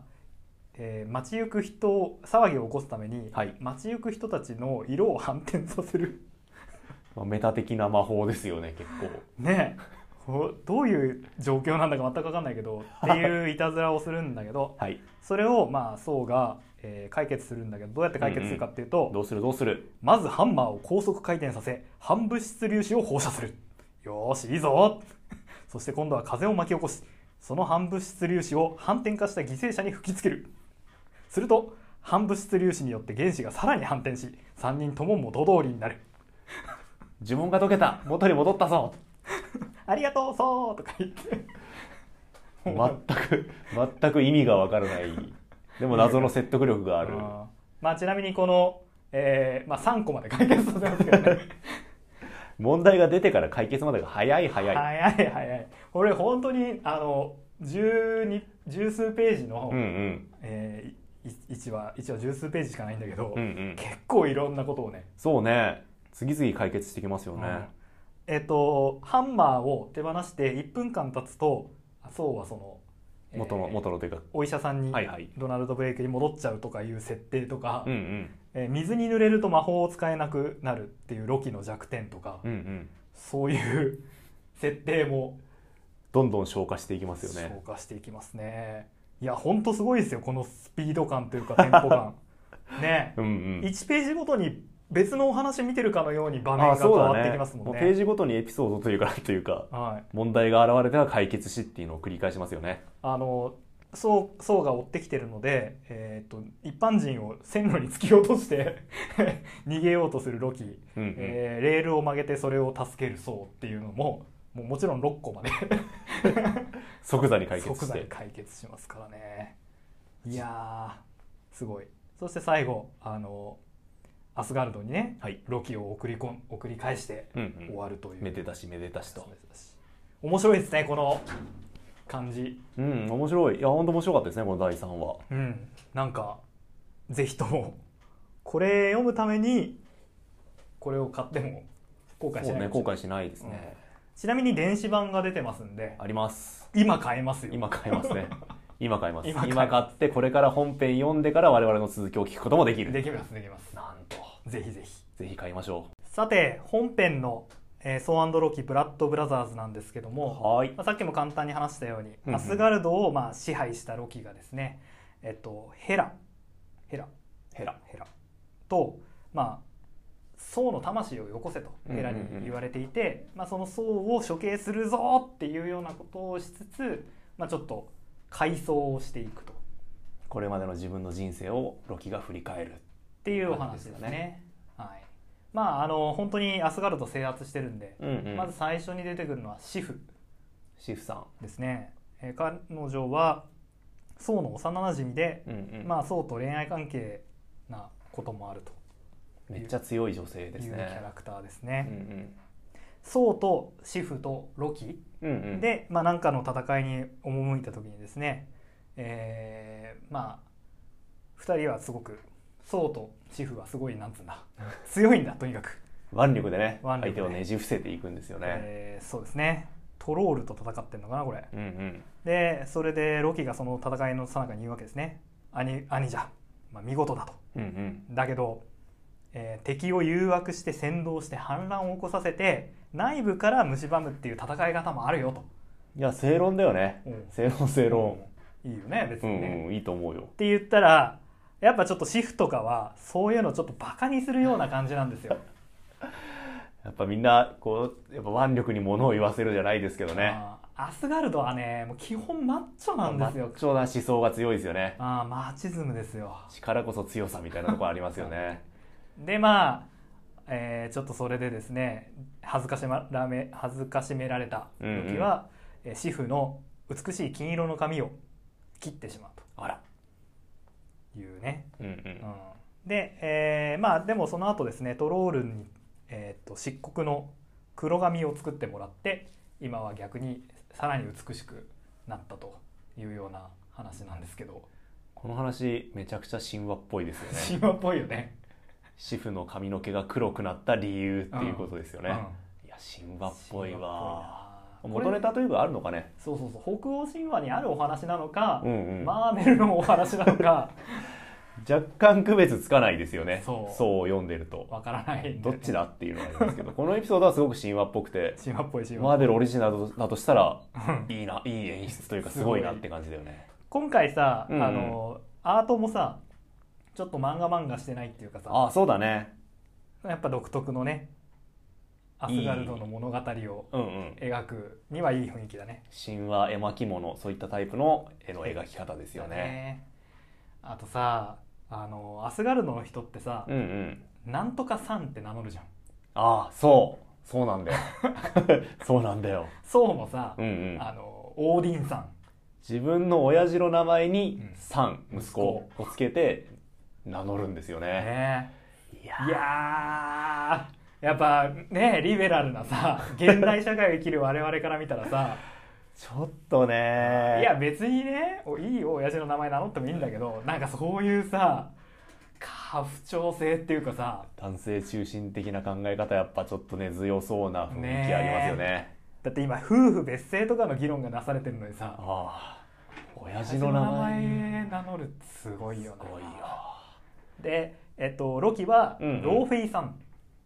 Speaker 1: えー街行く人を騒ぎを起こすために、
Speaker 2: はい
Speaker 1: 街行く人たちの色を反転させる
Speaker 2: まあ、メタ的な魔法ですよね、結構。
Speaker 1: ねえこうどういう状況なんだか全くわかんないけどっていういたずらをするんだけど
Speaker 2: はい。
Speaker 1: それをまあソウが、えー解決するんだけどどうやって解決するかっていうと、
Speaker 2: どうするどうする。
Speaker 1: まずハンマーを高速回転させ反物質粒子を放射するよーしいいぞ そして今度は風を巻き起こしその反物質粒子を反転化した犠牲者に吹きつけるすると反物質粒子によって原子がさらに反転し3人とも元通りになる
Speaker 2: 呪文が解けた元に戻ったぞ
Speaker 1: ありがとうそうとか言って
Speaker 2: 全く、全く意味がわからない。でも謎の説得力がある。
Speaker 1: あーまあちなみにこの、えーまあ、3個まで解決させますけどね
Speaker 2: 問題が出てから解決までが早い早い。
Speaker 1: 早い早い俺本当にあの12十数ページの、
Speaker 2: うんうん。
Speaker 1: えー、い1話一話十数ページしかないんだけど、
Speaker 2: うんうん。
Speaker 1: 結構いろんなことをね
Speaker 2: そうね。次々解決してきますよね。
Speaker 1: えっ、とハンマーを手放して1分間経つとそうはその、えー
Speaker 2: 元の、元のというか。
Speaker 1: お医者さんに
Speaker 2: はいはい
Speaker 1: ドナルド・ブレイクに戻っちゃうとかいう設定とか、
Speaker 2: うんうん。
Speaker 1: えー水に濡れると魔法を使えなくなるっていうロキの弱点とか、
Speaker 2: うんうん。
Speaker 1: そういう設定も
Speaker 2: どんどん消化していきますよ
Speaker 1: 消
Speaker 2: ね。
Speaker 1: 化していきますね。いやほんとすごいですよこのスピード感というかテンポ 感ね
Speaker 2: うんうん。
Speaker 1: 1ページごとに別のお話見てるかのように場面
Speaker 2: あ
Speaker 1: が
Speaker 2: あ、
Speaker 1: 変
Speaker 2: そう
Speaker 1: わ
Speaker 2: だ
Speaker 1: って
Speaker 2: ね。
Speaker 1: きますも
Speaker 2: も
Speaker 1: ん
Speaker 2: う
Speaker 1: ね。
Speaker 2: ページごとにエピソードというか、なんというか、
Speaker 1: はい、
Speaker 2: 問題が現れては解決しっていうのを繰り返しますよね。
Speaker 1: あのそうそうが追ってきてるので、えー、と一般人を線路に突き落として 逃げようとするロキ、
Speaker 2: うんうん。
Speaker 1: えーレールを曲げてそれを助ける層っていうのももうもちろん6個まで
Speaker 2: 即座に解決
Speaker 1: 即
Speaker 2: し
Speaker 1: 座に
Speaker 2: て。
Speaker 1: 解決しますからねいやーすごいそして最後あのアスガルドにね
Speaker 2: はい。
Speaker 1: ロキを送りこん送り返して
Speaker 2: うん
Speaker 1: 終
Speaker 2: うん。
Speaker 1: わるという、
Speaker 2: めでたしめでたしと。
Speaker 1: 面白いですねこの感じ
Speaker 2: うん、面白い。いや、本当面白かったですね、この第3話。
Speaker 1: うんなんかぜひともこれ読むためにこれを買っても後悔し
Speaker 2: そ
Speaker 1: な
Speaker 2: う
Speaker 1: い
Speaker 2: ね、
Speaker 1: かも
Speaker 2: 後
Speaker 1: しれない
Speaker 2: 悔しないですね。
Speaker 1: ちなみに電子版が出てますんで
Speaker 2: あります。
Speaker 1: 今買えますよ
Speaker 2: 今買います ね。今買います。
Speaker 1: 今買い
Speaker 2: 今買って、これから本編読んでから我々の続きを聞くこともできる。
Speaker 1: できますできます
Speaker 2: なんと、
Speaker 1: ぜひぜひ
Speaker 2: ぜひ買いましょ
Speaker 1: さて本編の「えーソーロキブラッド・ブラザーズ」なんですけど
Speaker 2: う。
Speaker 1: も
Speaker 2: はーい。
Speaker 1: まあ、さっきも簡単に話したように、
Speaker 2: うんうん
Speaker 1: アスガルドをまあ支配したロキがですね、えっと、ヘラヘラヘラヘラと、まあ、僧の魂をよこせとヘラに言われていて、まあ、その僧を処刑するぞっていうようなことをしつつ、まあ、ちょっと回想をしていくとっ
Speaker 2: これまでの自分の人生をロキが振り返る。
Speaker 1: ていうお話です
Speaker 2: そうです
Speaker 1: ね。はいまあ、あの本当にアスガルド制圧してるんで、
Speaker 2: うんうん。
Speaker 1: まず最初に出てくるのはシフ
Speaker 2: シフさん。
Speaker 1: ですね、えー彼女は宋の幼なじみで、
Speaker 2: うんうん。
Speaker 1: まあ、宋と恋愛関係なこともある
Speaker 2: めっちゃ強い女性
Speaker 1: と
Speaker 2: で
Speaker 1: いう
Speaker 2: す
Speaker 1: キ
Speaker 2: ね。
Speaker 1: ャラクターです
Speaker 2: う
Speaker 1: ね。
Speaker 2: ん
Speaker 1: 宋とシフとロキ
Speaker 2: うん。うんうん。、
Speaker 1: で、まあ、なんかの戦いに赴いた時にですね、えーまあ2人はすごく宋とシフはすごいなんつうんだ強いんだとにかく、
Speaker 2: 腕力でね、
Speaker 1: 腕力で
Speaker 2: 相手をねじ伏せていくんですよね。
Speaker 1: えーそうですねトロールと戦ってんのかなこれ。
Speaker 2: うんうん。
Speaker 1: でそれでロキがその戦いの最中に言うわけですね兄兄じゃ、まあ、見事だと
Speaker 2: うんうん。
Speaker 1: だけど、えー敵を誘惑して先導して反乱を起こさせて内部から蝕むっていう戦い方もあるよと
Speaker 2: いや、正論だよね。
Speaker 1: うん
Speaker 2: 正論正論。
Speaker 1: いいよね別
Speaker 2: う
Speaker 1: にね、
Speaker 2: ん
Speaker 1: っ
Speaker 2: うん、いいと思うよ。
Speaker 1: て言ったらやっぱちょっとシフとかはそういうのちょっとバカにするような感じなんですよ、
Speaker 2: やっぱみんな、こう、やっぱ腕力に物を言わせるじゃないですけどね。
Speaker 1: あーアスガルドはねもう基本マッチョなんですよ
Speaker 2: 貴重な思想が強いですよね。
Speaker 1: あーマーチズムですよ
Speaker 2: 力こそ強さみたいなところありますよ ね。
Speaker 1: でまあ、えーちょっとそれでですね恥ずかしまらめ恥ずかしめられた時は、えーシフの美しい金色の髪を切ってしまう
Speaker 2: あら。
Speaker 1: というね、
Speaker 2: うんう。
Speaker 1: うんん、で、えーまあでもその後ですねトロールにえー、と漆黒の黒髪を作ってもらって今は逆にさらに美しくなったというような話なんですけど
Speaker 2: この話めちゃくちゃ神話っぽいですよね
Speaker 1: 神話っぽいよね。
Speaker 2: 主婦の髪の毛が黒くなった理由っていうことですよね、
Speaker 1: うん
Speaker 2: いや神話っぽいわ
Speaker 1: 神話っぽいな
Speaker 2: 元ネタというかあるのかね
Speaker 1: そうそうそう北欧神話にあるお話なのか、
Speaker 2: うんうん
Speaker 1: マーベルのお話なのか
Speaker 2: 若干区別つかないですよね
Speaker 1: そう
Speaker 2: 読んでると
Speaker 1: わからないんで
Speaker 2: どっちだっていうのがあり ますけどこのエピソードはすごく神話っぽくて
Speaker 1: 神話っぽい神
Speaker 2: マ
Speaker 1: 話
Speaker 2: ーベルオリジナルだとしたら
Speaker 1: うん
Speaker 2: いいないい演出というかすごいなって感じだよね
Speaker 1: 今回さ、
Speaker 2: うんうん
Speaker 1: あのアートもさちょっと漫画漫画してないっていうかさ
Speaker 2: ああそうだね
Speaker 1: やっぱ独特のねアスガルドの物語を
Speaker 2: うんうん
Speaker 1: 描くにはいい雰囲気だね。
Speaker 2: 神話絵巻物そういったタイプの絵の描き方ですよ
Speaker 1: だ
Speaker 2: ね
Speaker 1: ねあとさあのアスガルドの人ってさ、
Speaker 2: うんうん
Speaker 1: なんとかさんって名乗るじゃん。
Speaker 2: ああそうそうなんだ よそうなんだよ
Speaker 1: そうもさ、
Speaker 2: うんうん
Speaker 1: あのオーディンさん
Speaker 2: 自分の親父の名前に
Speaker 1: うん
Speaker 2: 「さん」息子をつけて名乗るんですよね
Speaker 1: ね
Speaker 2: いや
Speaker 1: いやーやっぱねリベラルな さ現代社会を生きる我々から見たらさ
Speaker 2: ちょっとね
Speaker 1: いや別にねおいい親父の名前名乗ってもいいんだけどなんかそういうさ過不調性っていうかさ
Speaker 2: 男性中心的な考え方やっぱちょっと根強そうな雰囲気ありますよね
Speaker 1: だって今夫婦別姓とかの議論がなされてるのにさ
Speaker 2: ああ親父の名
Speaker 1: 親
Speaker 2: 前
Speaker 1: 父の名前名乗るってすごいよ
Speaker 2: す
Speaker 1: な
Speaker 2: ごいよ
Speaker 1: で、えっと、ロキは
Speaker 2: うんうん
Speaker 1: ローフェイさん、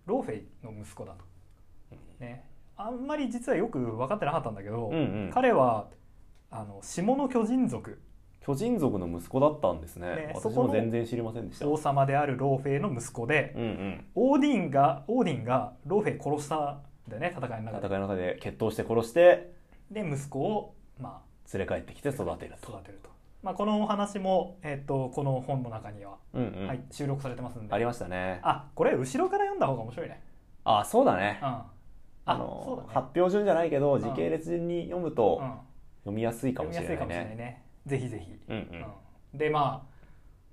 Speaker 1: ローフェイの息子だと、ね、あんまり実はよく分かってなかったんだけど、
Speaker 2: うんうん
Speaker 1: 彼はあの下の巨人族
Speaker 2: 巨人族の息子だったんですね
Speaker 1: ねそ
Speaker 2: 私
Speaker 1: こ
Speaker 2: も
Speaker 1: の
Speaker 2: 全然知りませんでした
Speaker 1: 王様であるローフェイの息子で、
Speaker 2: うんうん
Speaker 1: オーディンがオーディンがローフェイ殺したんだよね戦いの
Speaker 2: 戦
Speaker 1: 中
Speaker 2: い
Speaker 1: で
Speaker 2: の中で決闘して殺して
Speaker 1: で息子を、ま
Speaker 2: 連れ帰ってきて育てる
Speaker 1: あ、
Speaker 2: と
Speaker 1: 育てると、まあ、このお話も、えっと、この本の中には、
Speaker 2: うんうん、
Speaker 1: はい、収録されてますんで
Speaker 2: ありましたね
Speaker 1: あこれ後ろから読んだ方が面白いね
Speaker 2: ああそうだね
Speaker 1: うんあ
Speaker 2: あの
Speaker 1: そうだね
Speaker 2: 発表順じゃないけど
Speaker 1: ん
Speaker 2: 時系列順に読むと
Speaker 1: うん
Speaker 2: 読みやすいか
Speaker 1: 読み
Speaker 2: も
Speaker 1: や
Speaker 2: しれ
Speaker 1: すい
Speaker 2: な
Speaker 1: か
Speaker 2: い
Speaker 1: もしれない
Speaker 2: ね。
Speaker 1: ねぜひぜひ、
Speaker 2: うんう
Speaker 1: うん
Speaker 2: ん。
Speaker 1: でまあ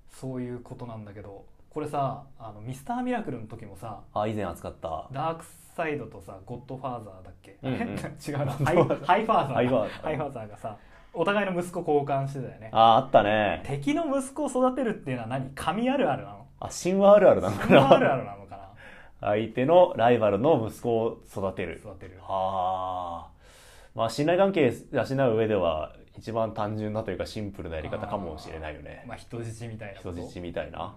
Speaker 1: そういうことなんだけどこれさあのミスターミラクルの時もさ
Speaker 2: あ以前扱った。
Speaker 1: ダークサイドとさゴッドファーザーだっけ、
Speaker 2: うんうん
Speaker 1: 違うなハイハイファーザー
Speaker 2: ハイファーザー
Speaker 1: ハイファーザーがさお互いの息子交換してたよね
Speaker 2: ああったね。
Speaker 1: 敵の息子を育てるっていうのは何神あるあるなの
Speaker 2: あ神話あるあるなのか
Speaker 1: 神あるあ
Speaker 2: な。
Speaker 1: るなのかな
Speaker 2: 相手のライバルの息子を育てる。
Speaker 1: 育てる
Speaker 2: はあ。まあ信頼関係養う上では一番単純なというかシンプルなやり方かもしれないよね。
Speaker 1: まあ人質みたいなこ
Speaker 2: 人
Speaker 1: と
Speaker 2: 質みたいな。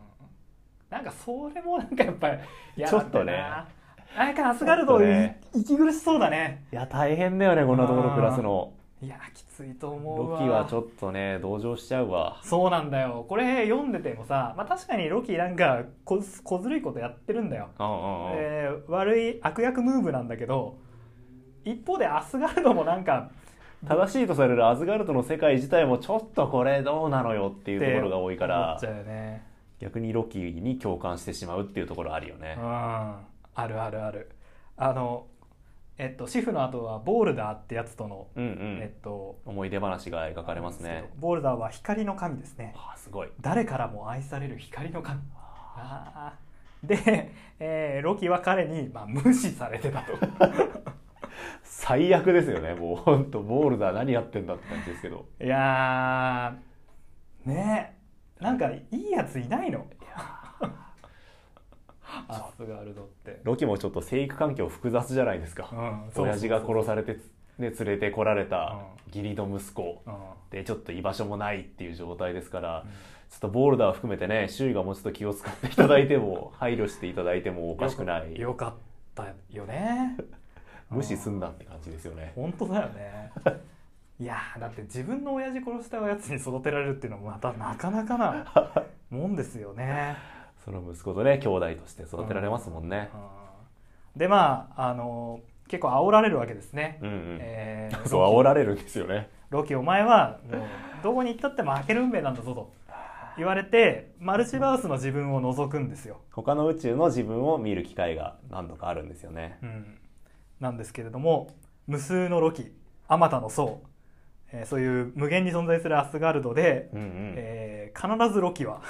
Speaker 1: なんかそれもなんかやっぱり嫌
Speaker 2: ちょ
Speaker 1: なん
Speaker 2: っ
Speaker 1: だ
Speaker 2: と
Speaker 1: よ
Speaker 2: ね
Speaker 1: ななんかアスガルド、
Speaker 2: ちょっとね
Speaker 1: 息苦しそうだね
Speaker 2: いや大変だよねこんなところ暮らすの。
Speaker 1: いやきついと思う
Speaker 2: ロ
Speaker 1: わ
Speaker 2: キはちょっとね同情しちゃうわ。
Speaker 1: そうなんだよこれ読んでてもさ、まあ、確かにロキなんかこずこずるいことやってるんだよ、
Speaker 2: うんうんうん。
Speaker 1: えー悪い悪役ムーブなんだけど一方でアスガルドもなんか
Speaker 2: 正しいとされるアズガルトの世界自体もちょっとこれどうなのよっていうところが多いか
Speaker 1: 思っ
Speaker 2: ら
Speaker 1: ちゃうよね
Speaker 2: 逆にロキに共感してしまうっていうところあるよ
Speaker 1: う
Speaker 2: ね
Speaker 1: ん。あるあるあるあのえっとシフの後はボールダーってやつとの、
Speaker 2: うんう
Speaker 1: え
Speaker 2: ん。
Speaker 1: っと
Speaker 2: 思い出話が描かれますね。
Speaker 1: ボールダーは光の神ですね
Speaker 2: ああすごい。
Speaker 1: 誰からも愛される光の神あーで、えーロキは彼に、まあ、無視されてたと
Speaker 2: 最悪ですよね。もう本当ボールだ何やってんだって感じですけど。
Speaker 1: いやーねえなんかいいやついないの アスガルドって、
Speaker 2: ロキもちょっと生育環境複雑じゃないです
Speaker 1: う
Speaker 2: か。
Speaker 1: ん
Speaker 2: 親父が殺
Speaker 1: れ
Speaker 2: されてね連れてこられた義理の息子。
Speaker 1: うん
Speaker 2: でちょっと居場所もないっていう状態ですから、ちょっとボールダー含めてね周囲がもうちょっと気を使っていただいても配慮していただいてもおかしくない
Speaker 1: よかったよね
Speaker 2: 無視すんなって感じですよね
Speaker 1: 本当だよねいやーだって自分の親父殺したやつに育てられるっていうのもまたなかなかなもんですよね。
Speaker 2: その息子とね兄弟として育てられますもんね、
Speaker 1: うんでまああの結構煽られるわけですね。
Speaker 2: うんうん
Speaker 1: えー
Speaker 2: そう煽られるんですよね
Speaker 1: ロキお前はもうどこに行ったって負ける運命なんだぞと言われてマルチバースの自分を覗くんですよ。
Speaker 2: 他の宇宙の自分を見る機会が何度かあるんですよね
Speaker 1: うん、なんですけれども無数のロキあまたの層、えーそういう無限に存在するアスガルドで
Speaker 2: うんうん、
Speaker 1: えー必ずロキは、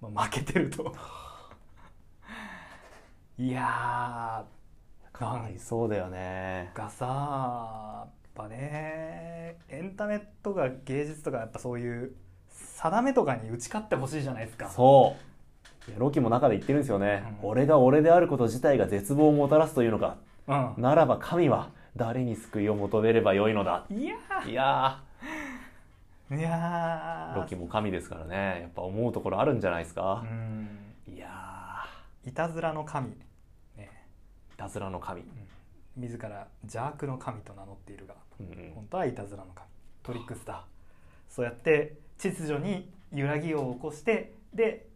Speaker 1: まあ、負けてるといやー
Speaker 2: かわいそうだよね
Speaker 1: がさやっぱねエンタメとか芸術とかやっぱそういう定めとかに打ち勝ってほしいじゃないですか
Speaker 2: そういやロキも中で言ってるんですよね、
Speaker 1: うん
Speaker 2: 俺が俺であること自体が絶望をもたらすというのか
Speaker 1: う、ん、
Speaker 2: ならば神は誰に救いを求めればよいのだ
Speaker 1: いや
Speaker 2: いや
Speaker 1: ーいや
Speaker 2: ー
Speaker 1: ー
Speaker 2: ロキも神ですからねやっぱ思うところあるんじゃないですか
Speaker 1: う、ん
Speaker 2: いや
Speaker 1: いたずらの神、ね
Speaker 2: ーいたずらの神、
Speaker 1: うん、自ら邪悪の神と名乗っているが
Speaker 2: うんうん
Speaker 1: 本当はいたずらの神トリックスターそうやって秩序に揺らぎを起こしてで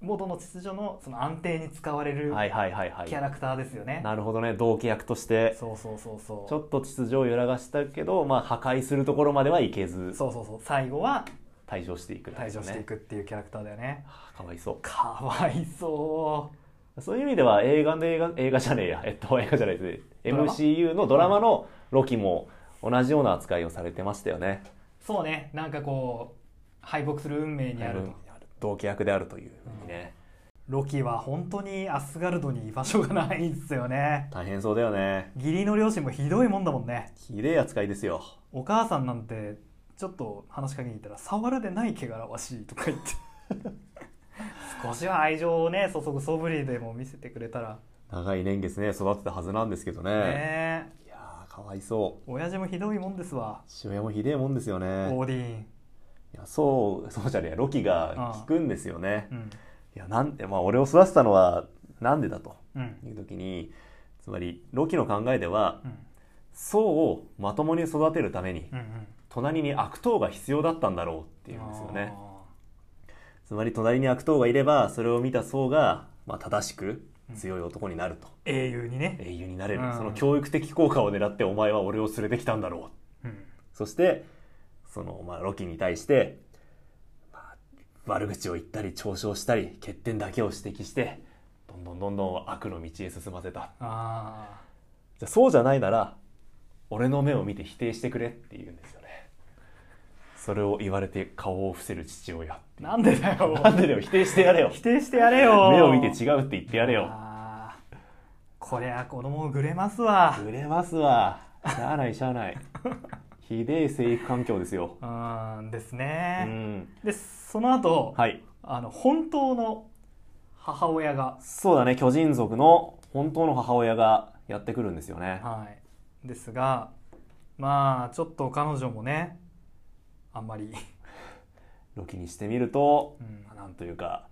Speaker 1: 元の秩序のその安定に使われる
Speaker 2: はいはいはいはい
Speaker 1: キャラクターですよね、
Speaker 2: なるほどね同契約として
Speaker 1: そうそうそうそう
Speaker 2: ちょっと秩序を揺らがしたけど、まあ、破壊するところまではいけず
Speaker 1: そうそうそう最後は
Speaker 2: 退場していくんで
Speaker 1: 退
Speaker 2: すよ
Speaker 1: 場
Speaker 2: ね
Speaker 1: していくっていうキャラクターだよね
Speaker 2: はあかわいそ
Speaker 1: かわいそう
Speaker 2: そういう意味では映画の映画映画じゃねえやえっと映 画じゃないですね
Speaker 1: ドラマ
Speaker 2: MCU のドラマのロキも同じような扱いをされてましたよね
Speaker 1: うそうねなんかこう敗北する運命にあると、
Speaker 2: 同契約であるという意味ね、
Speaker 1: ロキは本当にアスガルドに居場所がないんですよね
Speaker 2: 大変そうだよね
Speaker 1: 義理の両親もひどいもんだもんね
Speaker 2: ひでえ扱いですよ
Speaker 1: お母さんなんてちょっと話しかけに行ったら「触るでない汚らわしい」とか言って 少しは愛情をね注ぐ素振りでも見せてくれたら
Speaker 2: 長い年月ね育てたはずなんですけどね
Speaker 1: ねえ
Speaker 2: いやーかわいそう
Speaker 1: 親父もひどいもんですわ
Speaker 2: 父親もひでえもんですよ
Speaker 1: オ
Speaker 2: ね
Speaker 1: ーディーン、
Speaker 2: いやそう そうじゃねえやロキが聞くんですよね
Speaker 1: うん
Speaker 2: いやなんでまあ俺を育てたのはなんでだと
Speaker 1: うん
Speaker 2: いう時につまりロキの考えでは
Speaker 1: うん
Speaker 2: 僧をまともに育てるために
Speaker 1: うんうん
Speaker 2: 隣に悪党が必要だったんだろうっていうんですよね
Speaker 1: あ
Speaker 2: つまり隣に悪党がいればそれを見た僧が、まあ、正しく強い男になると、
Speaker 1: ー英雄にね、
Speaker 2: 英雄になれる、
Speaker 1: うん
Speaker 2: その教育的効果を狙ってお前は俺を連れてきたんだろう
Speaker 1: うん、
Speaker 2: そしてその、まあ、ロキに対して、まあ、悪口を言ったり嘲笑したり欠点だけを指摘してどんどんどんどん悪の道へ進ませた
Speaker 1: ああ
Speaker 2: じゃあそうじゃないなら俺の目を見て否定してくれって言うんですよねそれを言われて顔を伏せる父親
Speaker 1: なんでだ よ
Speaker 2: なんでだよ否定してやれよ
Speaker 1: 否定してやれよ
Speaker 2: 目を見て違うって言ってやれよ
Speaker 1: あーこりゃ子供をぐれますわ
Speaker 2: 売れますわしゃあないしゃあ ないひでえ生育環境ですよ
Speaker 1: うんです
Speaker 2: う
Speaker 1: ね、
Speaker 2: ん
Speaker 1: でその後、
Speaker 2: はい
Speaker 1: あの本当の母親が、
Speaker 2: そうだね巨人族の本当の母親がやってくるんですよね
Speaker 1: はい、ですがまあちょっと彼女もねあんまり、
Speaker 2: ロキにしてみると
Speaker 1: うん、
Speaker 2: なんというか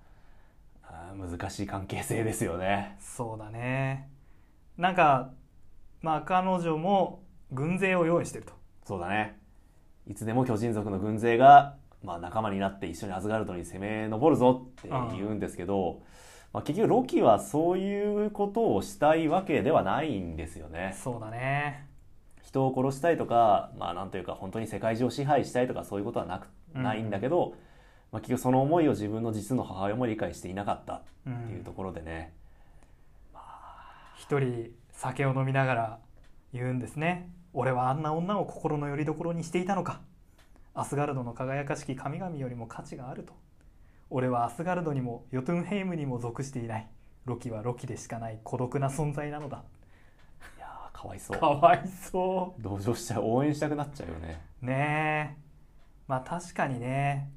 Speaker 2: あー難しい関係性ですよね
Speaker 1: そうだねなんかまあ彼女も軍勢を用意してると
Speaker 2: そうだね。いつでも巨人族の軍勢が、まあ、仲間になって一緒にアズガルドに攻め上るぞって言うんですけど、まあ、結局ロキはそういうことをしたいわけではないんですよね。
Speaker 1: そうだね
Speaker 2: 人を殺したいとか、まあ、なんというか本当に世界中を支配したいとかそういうことはなく
Speaker 1: うん
Speaker 2: ないんだけど、まあ、結局その思いを自分の実の母親も理解していなかったっ
Speaker 1: う
Speaker 2: ていうんところでね、
Speaker 1: 一人酒を飲みながら言うんですね俺はあんな女を心の拠り所にしていたのかアスガルドの輝かしき神々よりも価値があると俺はアスガルドにもヨトゥンヘイムにも属していないロキはロキでしかない孤独な存在なのだ
Speaker 2: いやーかわいそう
Speaker 1: かわいそ
Speaker 2: 同情しちゃう応援したくなっちゃうよね
Speaker 1: うねえまあ確かにね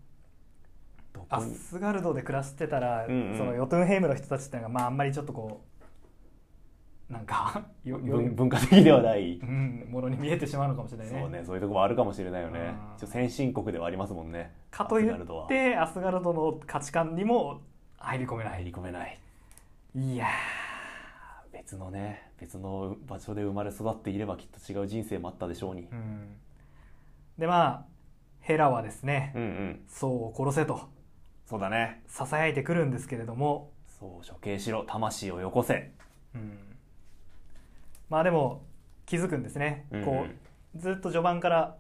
Speaker 2: どこ
Speaker 1: ア
Speaker 2: に
Speaker 1: スガルドで暮らしてたら、
Speaker 2: うんうん
Speaker 1: そのヨトゥンヘイムの人たちってのがまああんまりちょっとこうなんかよよ
Speaker 2: 文文化的ではない
Speaker 1: うん、ものに見えてしまうのかもしれない
Speaker 2: そうね、そういうとこもあるかもしれないよね。
Speaker 1: うん
Speaker 2: 一応先進国ではありますもんね。
Speaker 1: かとい
Speaker 2: アスガルド
Speaker 1: っ
Speaker 2: は
Speaker 1: てアスガルドの価値観にも入り込めな
Speaker 2: 入
Speaker 1: い
Speaker 2: り込めない。
Speaker 1: いや
Speaker 2: 別のね、別の場所で生まれ育っていればきっと違う人生もあったでしょうに
Speaker 1: ーう。んでまあヘラはですね
Speaker 2: うんうん。
Speaker 1: 僧を殺せと
Speaker 2: そうだね。
Speaker 1: 囁いてくるんですけれども、
Speaker 2: そう、処刑しろ、魂をよこせ。
Speaker 1: うん、まあでも気づくんですね、
Speaker 2: うんうん
Speaker 1: こうずっと序盤から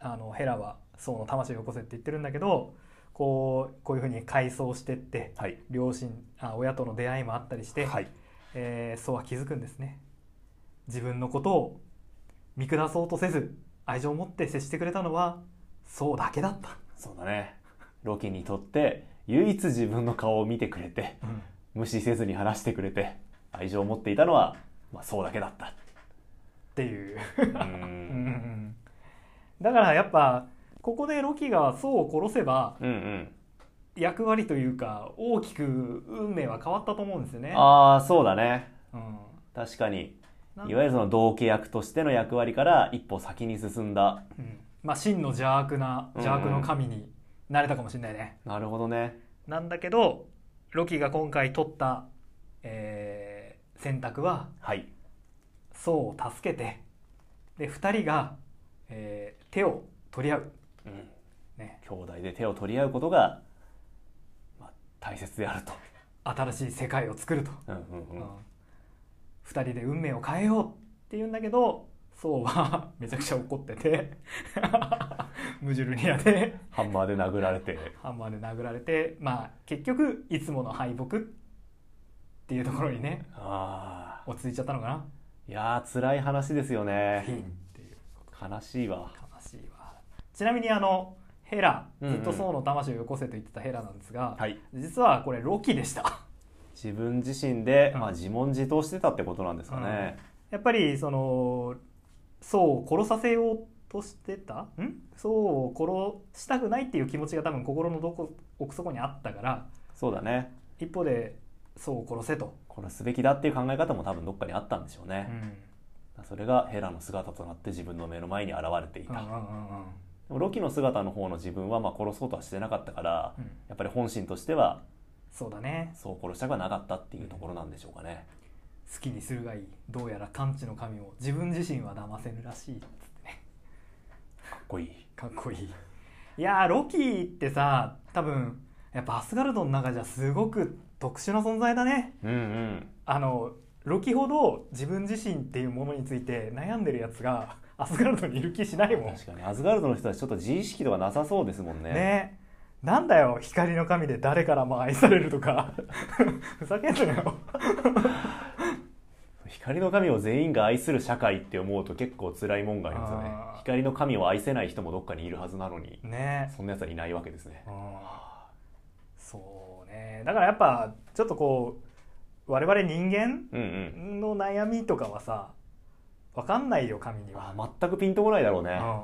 Speaker 1: あのヘラは僧の魂をよこせって言ってるんだけどこうこういうふうに回想してって
Speaker 2: はい。
Speaker 1: 両親あ親との出会いもあったりして、
Speaker 2: はい。
Speaker 1: えー、そうは気づくんですね自分のことを見下そうとせず愛情を持って接してくれたのはそうだけだった、
Speaker 2: そうだね。ロキにとって、唯一自分の顔を見てくれて、無視せずに話してくれて、愛情を持っていたのは、まあ、そうだけだった。
Speaker 1: ていう
Speaker 2: う
Speaker 1: うん
Speaker 2: ん
Speaker 1: うんだからやっぱここでロキがソウを殺せば
Speaker 2: うんうん。
Speaker 1: 役割というか大きく運命は変わったと思うんですよね。
Speaker 2: ああ、そうだね。
Speaker 1: うん、
Speaker 2: 確かに。
Speaker 1: なん
Speaker 2: いわゆるその同契約としての役割から一歩先に進んだ。
Speaker 1: うんまあ、真の邪悪な邪悪の神になれたかもしれないね。
Speaker 2: なるほどね。
Speaker 1: なんだけどロキが今回取った、えー選択は
Speaker 2: はい。
Speaker 1: ソウを助けてで2人が、えー手を取り合う、
Speaker 2: うん
Speaker 1: ね、
Speaker 2: 兄弟で手を取り合うことが、まあ、大切であると。
Speaker 1: 新しい世界を作ると、
Speaker 2: うんう
Speaker 1: うんん
Speaker 2: うん。
Speaker 1: 2人で運命を変えようって言うんだけどソウは めちゃくちゃ怒ってて ムジュルニアで
Speaker 2: ハンマーで殴られて。
Speaker 1: ハンマーで殴られてまあ結局いつもの敗北っていうところにね
Speaker 2: ああ。
Speaker 1: 落ち着いちゃったのか
Speaker 2: いやー、辛い話ですよ
Speaker 1: なフィンっ
Speaker 2: ね。
Speaker 1: ていう
Speaker 2: 悲しいわ。
Speaker 1: 悲しいわちなみにあのヘラ
Speaker 2: うんう
Speaker 1: ず
Speaker 2: ん
Speaker 1: っとソウの魂をよこせと言ってたヘラなんですが、
Speaker 2: はい。
Speaker 1: 実はこれロキでした
Speaker 2: 自分自身で、
Speaker 1: うん
Speaker 2: まあ、自問自答してたってことなんですかね。
Speaker 1: やっぱりそのソウを殺させようとしてたんソウを殺したくないっていう気持ちが多分心のどこ奥底にあったから
Speaker 2: そうだね。
Speaker 1: 一方でソウを殺せと、
Speaker 2: 殺すべきだっていう考え方も多分どっかにあったんでしょう
Speaker 1: う
Speaker 2: ね。
Speaker 1: ん
Speaker 2: それがヘラの姿となって自分の目の前に現れてい
Speaker 1: うんう
Speaker 2: た。
Speaker 1: んうんうん
Speaker 2: でもロキの姿の方の自分はまあ殺そうとはしてなかったから、
Speaker 1: うん
Speaker 2: やっぱり本心としては
Speaker 1: そうだね
Speaker 2: そう殺したくはなかったっていうところなんでしょうかね。
Speaker 1: 好きにするがいいどうやら完治の神を自分自身は騙せぬらしいっつってね
Speaker 2: かっこいい。
Speaker 1: かっこいいいやーロキってさ多分やっぱアスガルドの中じゃすごく特殊な存在だね
Speaker 2: うんうん。
Speaker 1: あのロキほど自分自身っていうものについて悩んでるやつがアスガルドにいる気しないもんね
Speaker 2: 確かにアズガルドの人たちちょっと自意識とかなさそうですもんね。
Speaker 1: なんだよ光の神で誰からも愛されるとか ふざけんなよ
Speaker 2: 光の神を全員が愛する社会って思うと結構辛いもんがありますよね
Speaker 1: あー。
Speaker 2: 光の神を愛せない人もどっかにいるはずなのに、
Speaker 1: ね
Speaker 2: そんな奴はいないわけですね。
Speaker 1: そうねだからやっぱちょっとこう我々人間
Speaker 2: うんうん。
Speaker 1: の悩みとかはさ分かんないよ神には、
Speaker 2: あー全くピンとこないだろうね。
Speaker 1: うん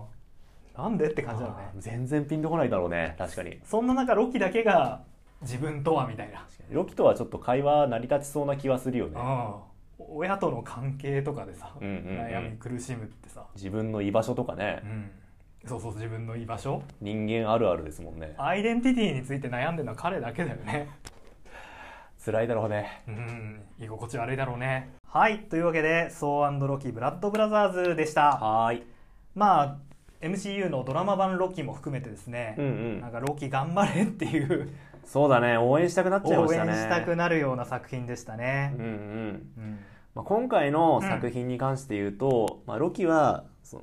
Speaker 1: なんでって感じだよね
Speaker 2: あー全然ピンとこないだろうね。確かに。
Speaker 1: そんな中ロキだけが自分とはみたいな、
Speaker 2: ロキとはちょっと会話成り立ちそうな気はするよね。
Speaker 1: うん親との関係とかでさ、
Speaker 2: うんうんうん
Speaker 1: 悩み苦しむってさ、
Speaker 2: 自分の居場所とかね
Speaker 1: う、んそうそう自分の居場所
Speaker 2: 人間あるあるですもんね。
Speaker 1: アイデンティティについて悩んでるのは彼だけだよね
Speaker 2: 辛いだろうね。
Speaker 1: うん居心地悪いだろうねはいというわけで「ソーロキブラッドブラザーズ」でした
Speaker 2: はーい。
Speaker 1: まあ MCU のドラマ版ロキも含めてですね、
Speaker 2: うんう
Speaker 1: なん
Speaker 2: ん。
Speaker 1: かロキ頑張れっていう
Speaker 2: そうだね。応援したくなっちゃいま
Speaker 1: 応
Speaker 2: した
Speaker 1: 援
Speaker 2: ね。
Speaker 1: したくなるような作品でしたね
Speaker 2: うん。うん。
Speaker 1: うん
Speaker 2: まあ、今回の作品に関して言うと、まあ、ロキは、そ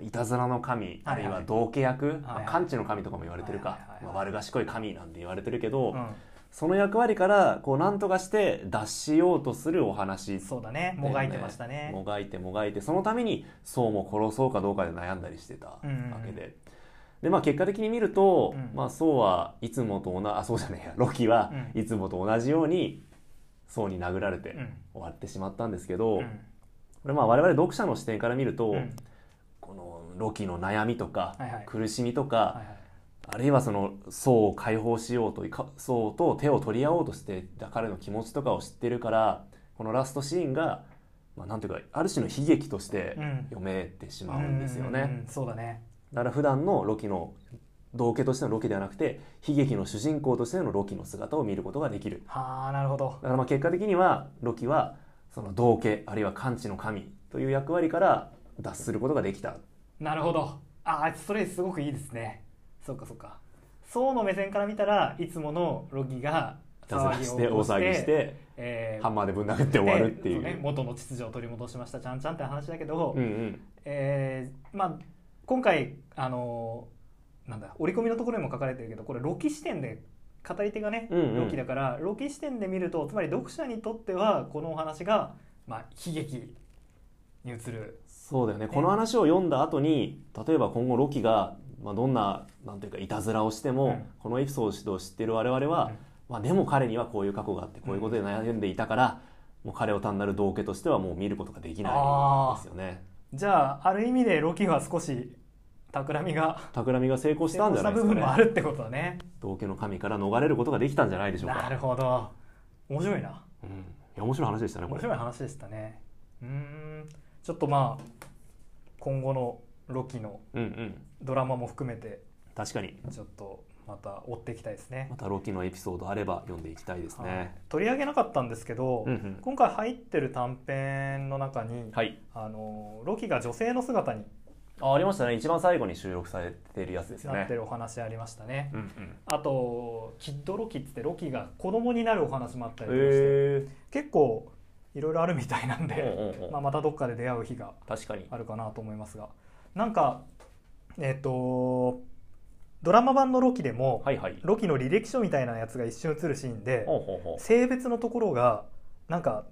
Speaker 2: の、いたずらの神、あ
Speaker 1: はいはい
Speaker 2: るいは道化役、まあ
Speaker 1: はい
Speaker 2: 完治の神とかも言われてる
Speaker 1: はい
Speaker 2: か
Speaker 1: はいは、い
Speaker 2: ま
Speaker 1: は
Speaker 2: あ
Speaker 1: い
Speaker 2: 悪賢い神なんて言われてるけど、
Speaker 1: うん
Speaker 2: その役割から、こう、なんとかして脱しようとするお話
Speaker 1: そうだねもがいてましたね
Speaker 2: もがいてもがいてそのためにそうも殺そうかどうかで悩んだりしてたわ
Speaker 1: うんうんうん
Speaker 2: けで。でまあ、結果的に見ると、
Speaker 1: うん
Speaker 2: まあ、そうはいつもと同じあそうじゃねえやロキは
Speaker 1: うん
Speaker 2: いつもと同じようにそうに殴られて
Speaker 1: うん
Speaker 2: 終わってしまったんですけど、
Speaker 1: うん
Speaker 2: これまあ我々読者の視点から見ると、
Speaker 1: うん
Speaker 2: このロキの悩みとか、
Speaker 1: はいはい
Speaker 2: 苦しみとか、
Speaker 1: はいはい
Speaker 2: あるいはその層を解放しようとか層と手を取り合おうとしていた彼の気持ちとかを知ってるからこのラストシーンが、まあ、なんていうかある種の悲劇として
Speaker 1: うん
Speaker 2: 読めてしまうんですよね、
Speaker 1: うんうんうんそうだね
Speaker 2: だから普段のロキの道化としてのロキではなくて悲劇の主人公としてのロキの姿を見ることができる
Speaker 1: はあなるほど
Speaker 2: だからまあ結果的にはロキはその道化あるいは完治の神という役割から脱することができた
Speaker 1: なるほどああそれすごくいいですねそうかそうか宋の目線から見たらいつものロキが
Speaker 2: 脱
Speaker 1: 騒
Speaker 2: ら
Speaker 1: ぎを
Speaker 2: して
Speaker 1: 起こ
Speaker 2: 大
Speaker 1: し
Speaker 2: 騒ぎ
Speaker 1: て
Speaker 2: して
Speaker 1: えー
Speaker 2: ハンマーでぶん殴って終わるってい。
Speaker 1: そうね、元の秩序を取り戻しましたちゃんちゃんって話だけど、
Speaker 2: うんうん
Speaker 1: えーまあ、今回あのーなんだ折り込みのところにも書かれてるけどこれロキ視点で語り手がね、
Speaker 2: うんうん
Speaker 1: ロキだからロキ視点で見るとつまり読者にとってはこのお話が、まあ、悲劇に映る、
Speaker 2: そうだよね。この話を読んだ後に、例えば今後ロキが、まあ、どんな、なんていうか、いたずらをしても、
Speaker 1: うん
Speaker 2: このエピソードを知ってる我々は、
Speaker 1: うん
Speaker 2: まあ、でも彼にはこういう過去があって、こういうことで悩んでいたから、もう彼を単なる道化としてはもう見ることができないですよね
Speaker 1: じゃあある意味でロキは少し企みが
Speaker 2: 企みが成功し
Speaker 1: 成
Speaker 2: たん
Speaker 1: 功
Speaker 2: じゃ
Speaker 1: し
Speaker 2: な
Speaker 1: た
Speaker 2: いで
Speaker 1: 部
Speaker 2: すか
Speaker 1: 分もあ
Speaker 2: ね
Speaker 1: るってことだね
Speaker 2: 道化の神から逃れることができたんじゃないでしょう
Speaker 1: な
Speaker 2: か、
Speaker 1: るほど面白いな
Speaker 2: うん、いや面白い話でしたねこ
Speaker 1: 面
Speaker 2: れ
Speaker 1: 白い話でしたねうーんちょっとまあ今後のロキの
Speaker 2: うんうん
Speaker 1: ドラマも含めて
Speaker 2: 確かに
Speaker 1: ちょっとまた追っていきたいですね
Speaker 2: またロキのエピソードあれば読んでいきたいです
Speaker 1: はい
Speaker 2: ね、
Speaker 1: 取り上げなかったんですけど、
Speaker 2: うんうん
Speaker 1: 今回入ってる短編の中に、
Speaker 2: はい
Speaker 1: あのロキが女性の姿に
Speaker 2: あありましたね一番最後に収録されてるやつですよ
Speaker 1: な
Speaker 2: ね
Speaker 1: ってるお話ありましたね
Speaker 2: うんうん
Speaker 1: あとキッドロキっつってロキが子供になるお話もあったりとかして、
Speaker 2: へ
Speaker 1: 結構いろいろあるみたいなん
Speaker 2: え
Speaker 1: で、まあ、またどっかで出会う日が
Speaker 2: 確かに
Speaker 1: あるかなと思いますがなんかえっ、とドラマ版のロキでも、
Speaker 2: はいはい
Speaker 1: ロキの履歴書みたいなやつが一瞬映るシーンで、
Speaker 2: ほうほうほう
Speaker 1: 性別のところがなんか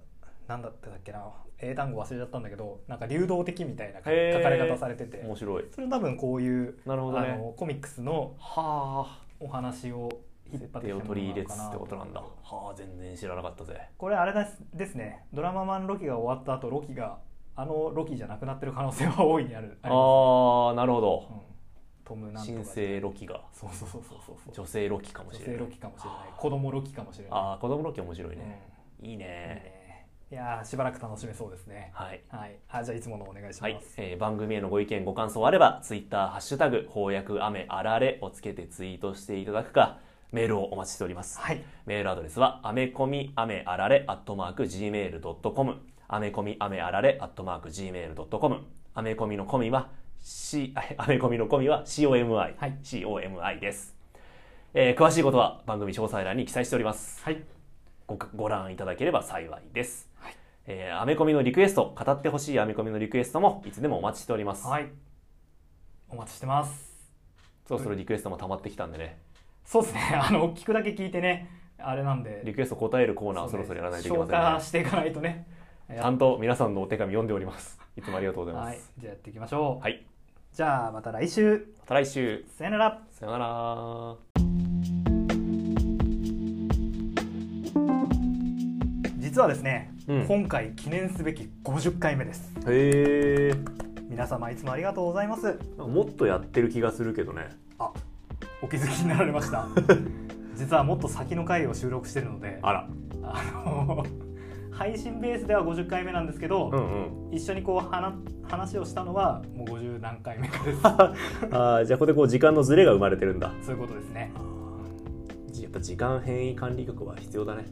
Speaker 1: なんだったっけな英単語忘れちゃったんだけどなんか流動的みたいな書か
Speaker 2: へー
Speaker 1: れ方されてて
Speaker 2: 面白い
Speaker 1: それ多分こういう、
Speaker 2: なる
Speaker 1: あ
Speaker 2: ほどね
Speaker 1: のコミックスの
Speaker 2: はあ
Speaker 1: お話を引っ張って
Speaker 2: 手
Speaker 1: き
Speaker 2: を
Speaker 1: たもの
Speaker 2: 取り
Speaker 1: な
Speaker 2: 入れ
Speaker 1: の
Speaker 2: つつ
Speaker 1: かな
Speaker 2: ってことなんだはあ全然知らなかったぜ
Speaker 1: これあれですですねドラママンロキが終わった後ロキがあのロキじゃなくなってる可能性は大いにある
Speaker 2: あ
Speaker 1: りま
Speaker 2: あなるほど
Speaker 1: すうんトムなんとか
Speaker 2: 新生ロキが
Speaker 1: そうそうそうそうそう
Speaker 2: 女性ロキかもし
Speaker 1: 女
Speaker 2: れな
Speaker 1: 性
Speaker 2: い
Speaker 1: ロキかもしれない子供ロキかもしれない
Speaker 2: ああ子供ロキ面白い
Speaker 1: うん
Speaker 2: ね、いい
Speaker 1: いい
Speaker 2: ね
Speaker 1: ねいやーしばらく楽しめそうですね
Speaker 2: はい
Speaker 1: はい、あじゃあいつものお願いします。
Speaker 2: はい、えー番組へのご意見ご感想あればツイッターハッシュタグ翻訳雨あられをつけてツイートしていただくかメールをお待ちしております
Speaker 1: はい、
Speaker 2: メールアドレスはアメコミアメあられアットマーク Gmail.com アメコミアメあられアットマーク Gmail.com アメコミのコミは C あアメコミのコミは COMI、
Speaker 1: はい
Speaker 2: COMI です、えー詳しいことは番組詳細欄に記載しております
Speaker 1: はい、
Speaker 2: ごご覧いただければ幸いです。
Speaker 1: はい
Speaker 2: えーアメコミのリクエスト、語ってほしいアメコミのリクエストもいつでもお待ちしております。
Speaker 1: はい、お待ちしてます。
Speaker 2: そろそろリクエストも溜まってきたんでね、
Speaker 1: そうですね、 あの聞くだけ聞いてね、あれなんで。
Speaker 2: リクエスト答えるコーナーをそ
Speaker 1: そう
Speaker 2: ろ
Speaker 1: ね
Speaker 2: そろやらないといけま
Speaker 1: 消
Speaker 2: せん
Speaker 1: 化
Speaker 2: ね。
Speaker 1: していかないとね。
Speaker 2: ちゃんと皆さんのお手紙読んでおります。いつもありがとうございま
Speaker 1: はい
Speaker 2: す。、
Speaker 1: じゃあやっていきましょう。
Speaker 2: はい、
Speaker 1: じゃあまた来週。
Speaker 2: また来週。
Speaker 1: さよなら。
Speaker 2: さよなら。
Speaker 1: 実はですね、
Speaker 2: うん
Speaker 1: 今回記念すべき50回目です。
Speaker 2: へえ。
Speaker 1: 皆様いつもありがとうございます。
Speaker 2: もっとやってる気がするけどね。
Speaker 1: あ、お気づきになられま した。実はもっと先の回を収録してるので、
Speaker 2: あら。
Speaker 1: あの 配信ベースでは50回目なんですけど、
Speaker 2: うんうん。
Speaker 1: 一緒にこう話話をしたのはもう50何回目かです
Speaker 2: ああ、じゃあここでこう時間のズレが生まれてるんだ。
Speaker 1: そういうことですね
Speaker 2: やっぱ時間変異管理局は必要だね。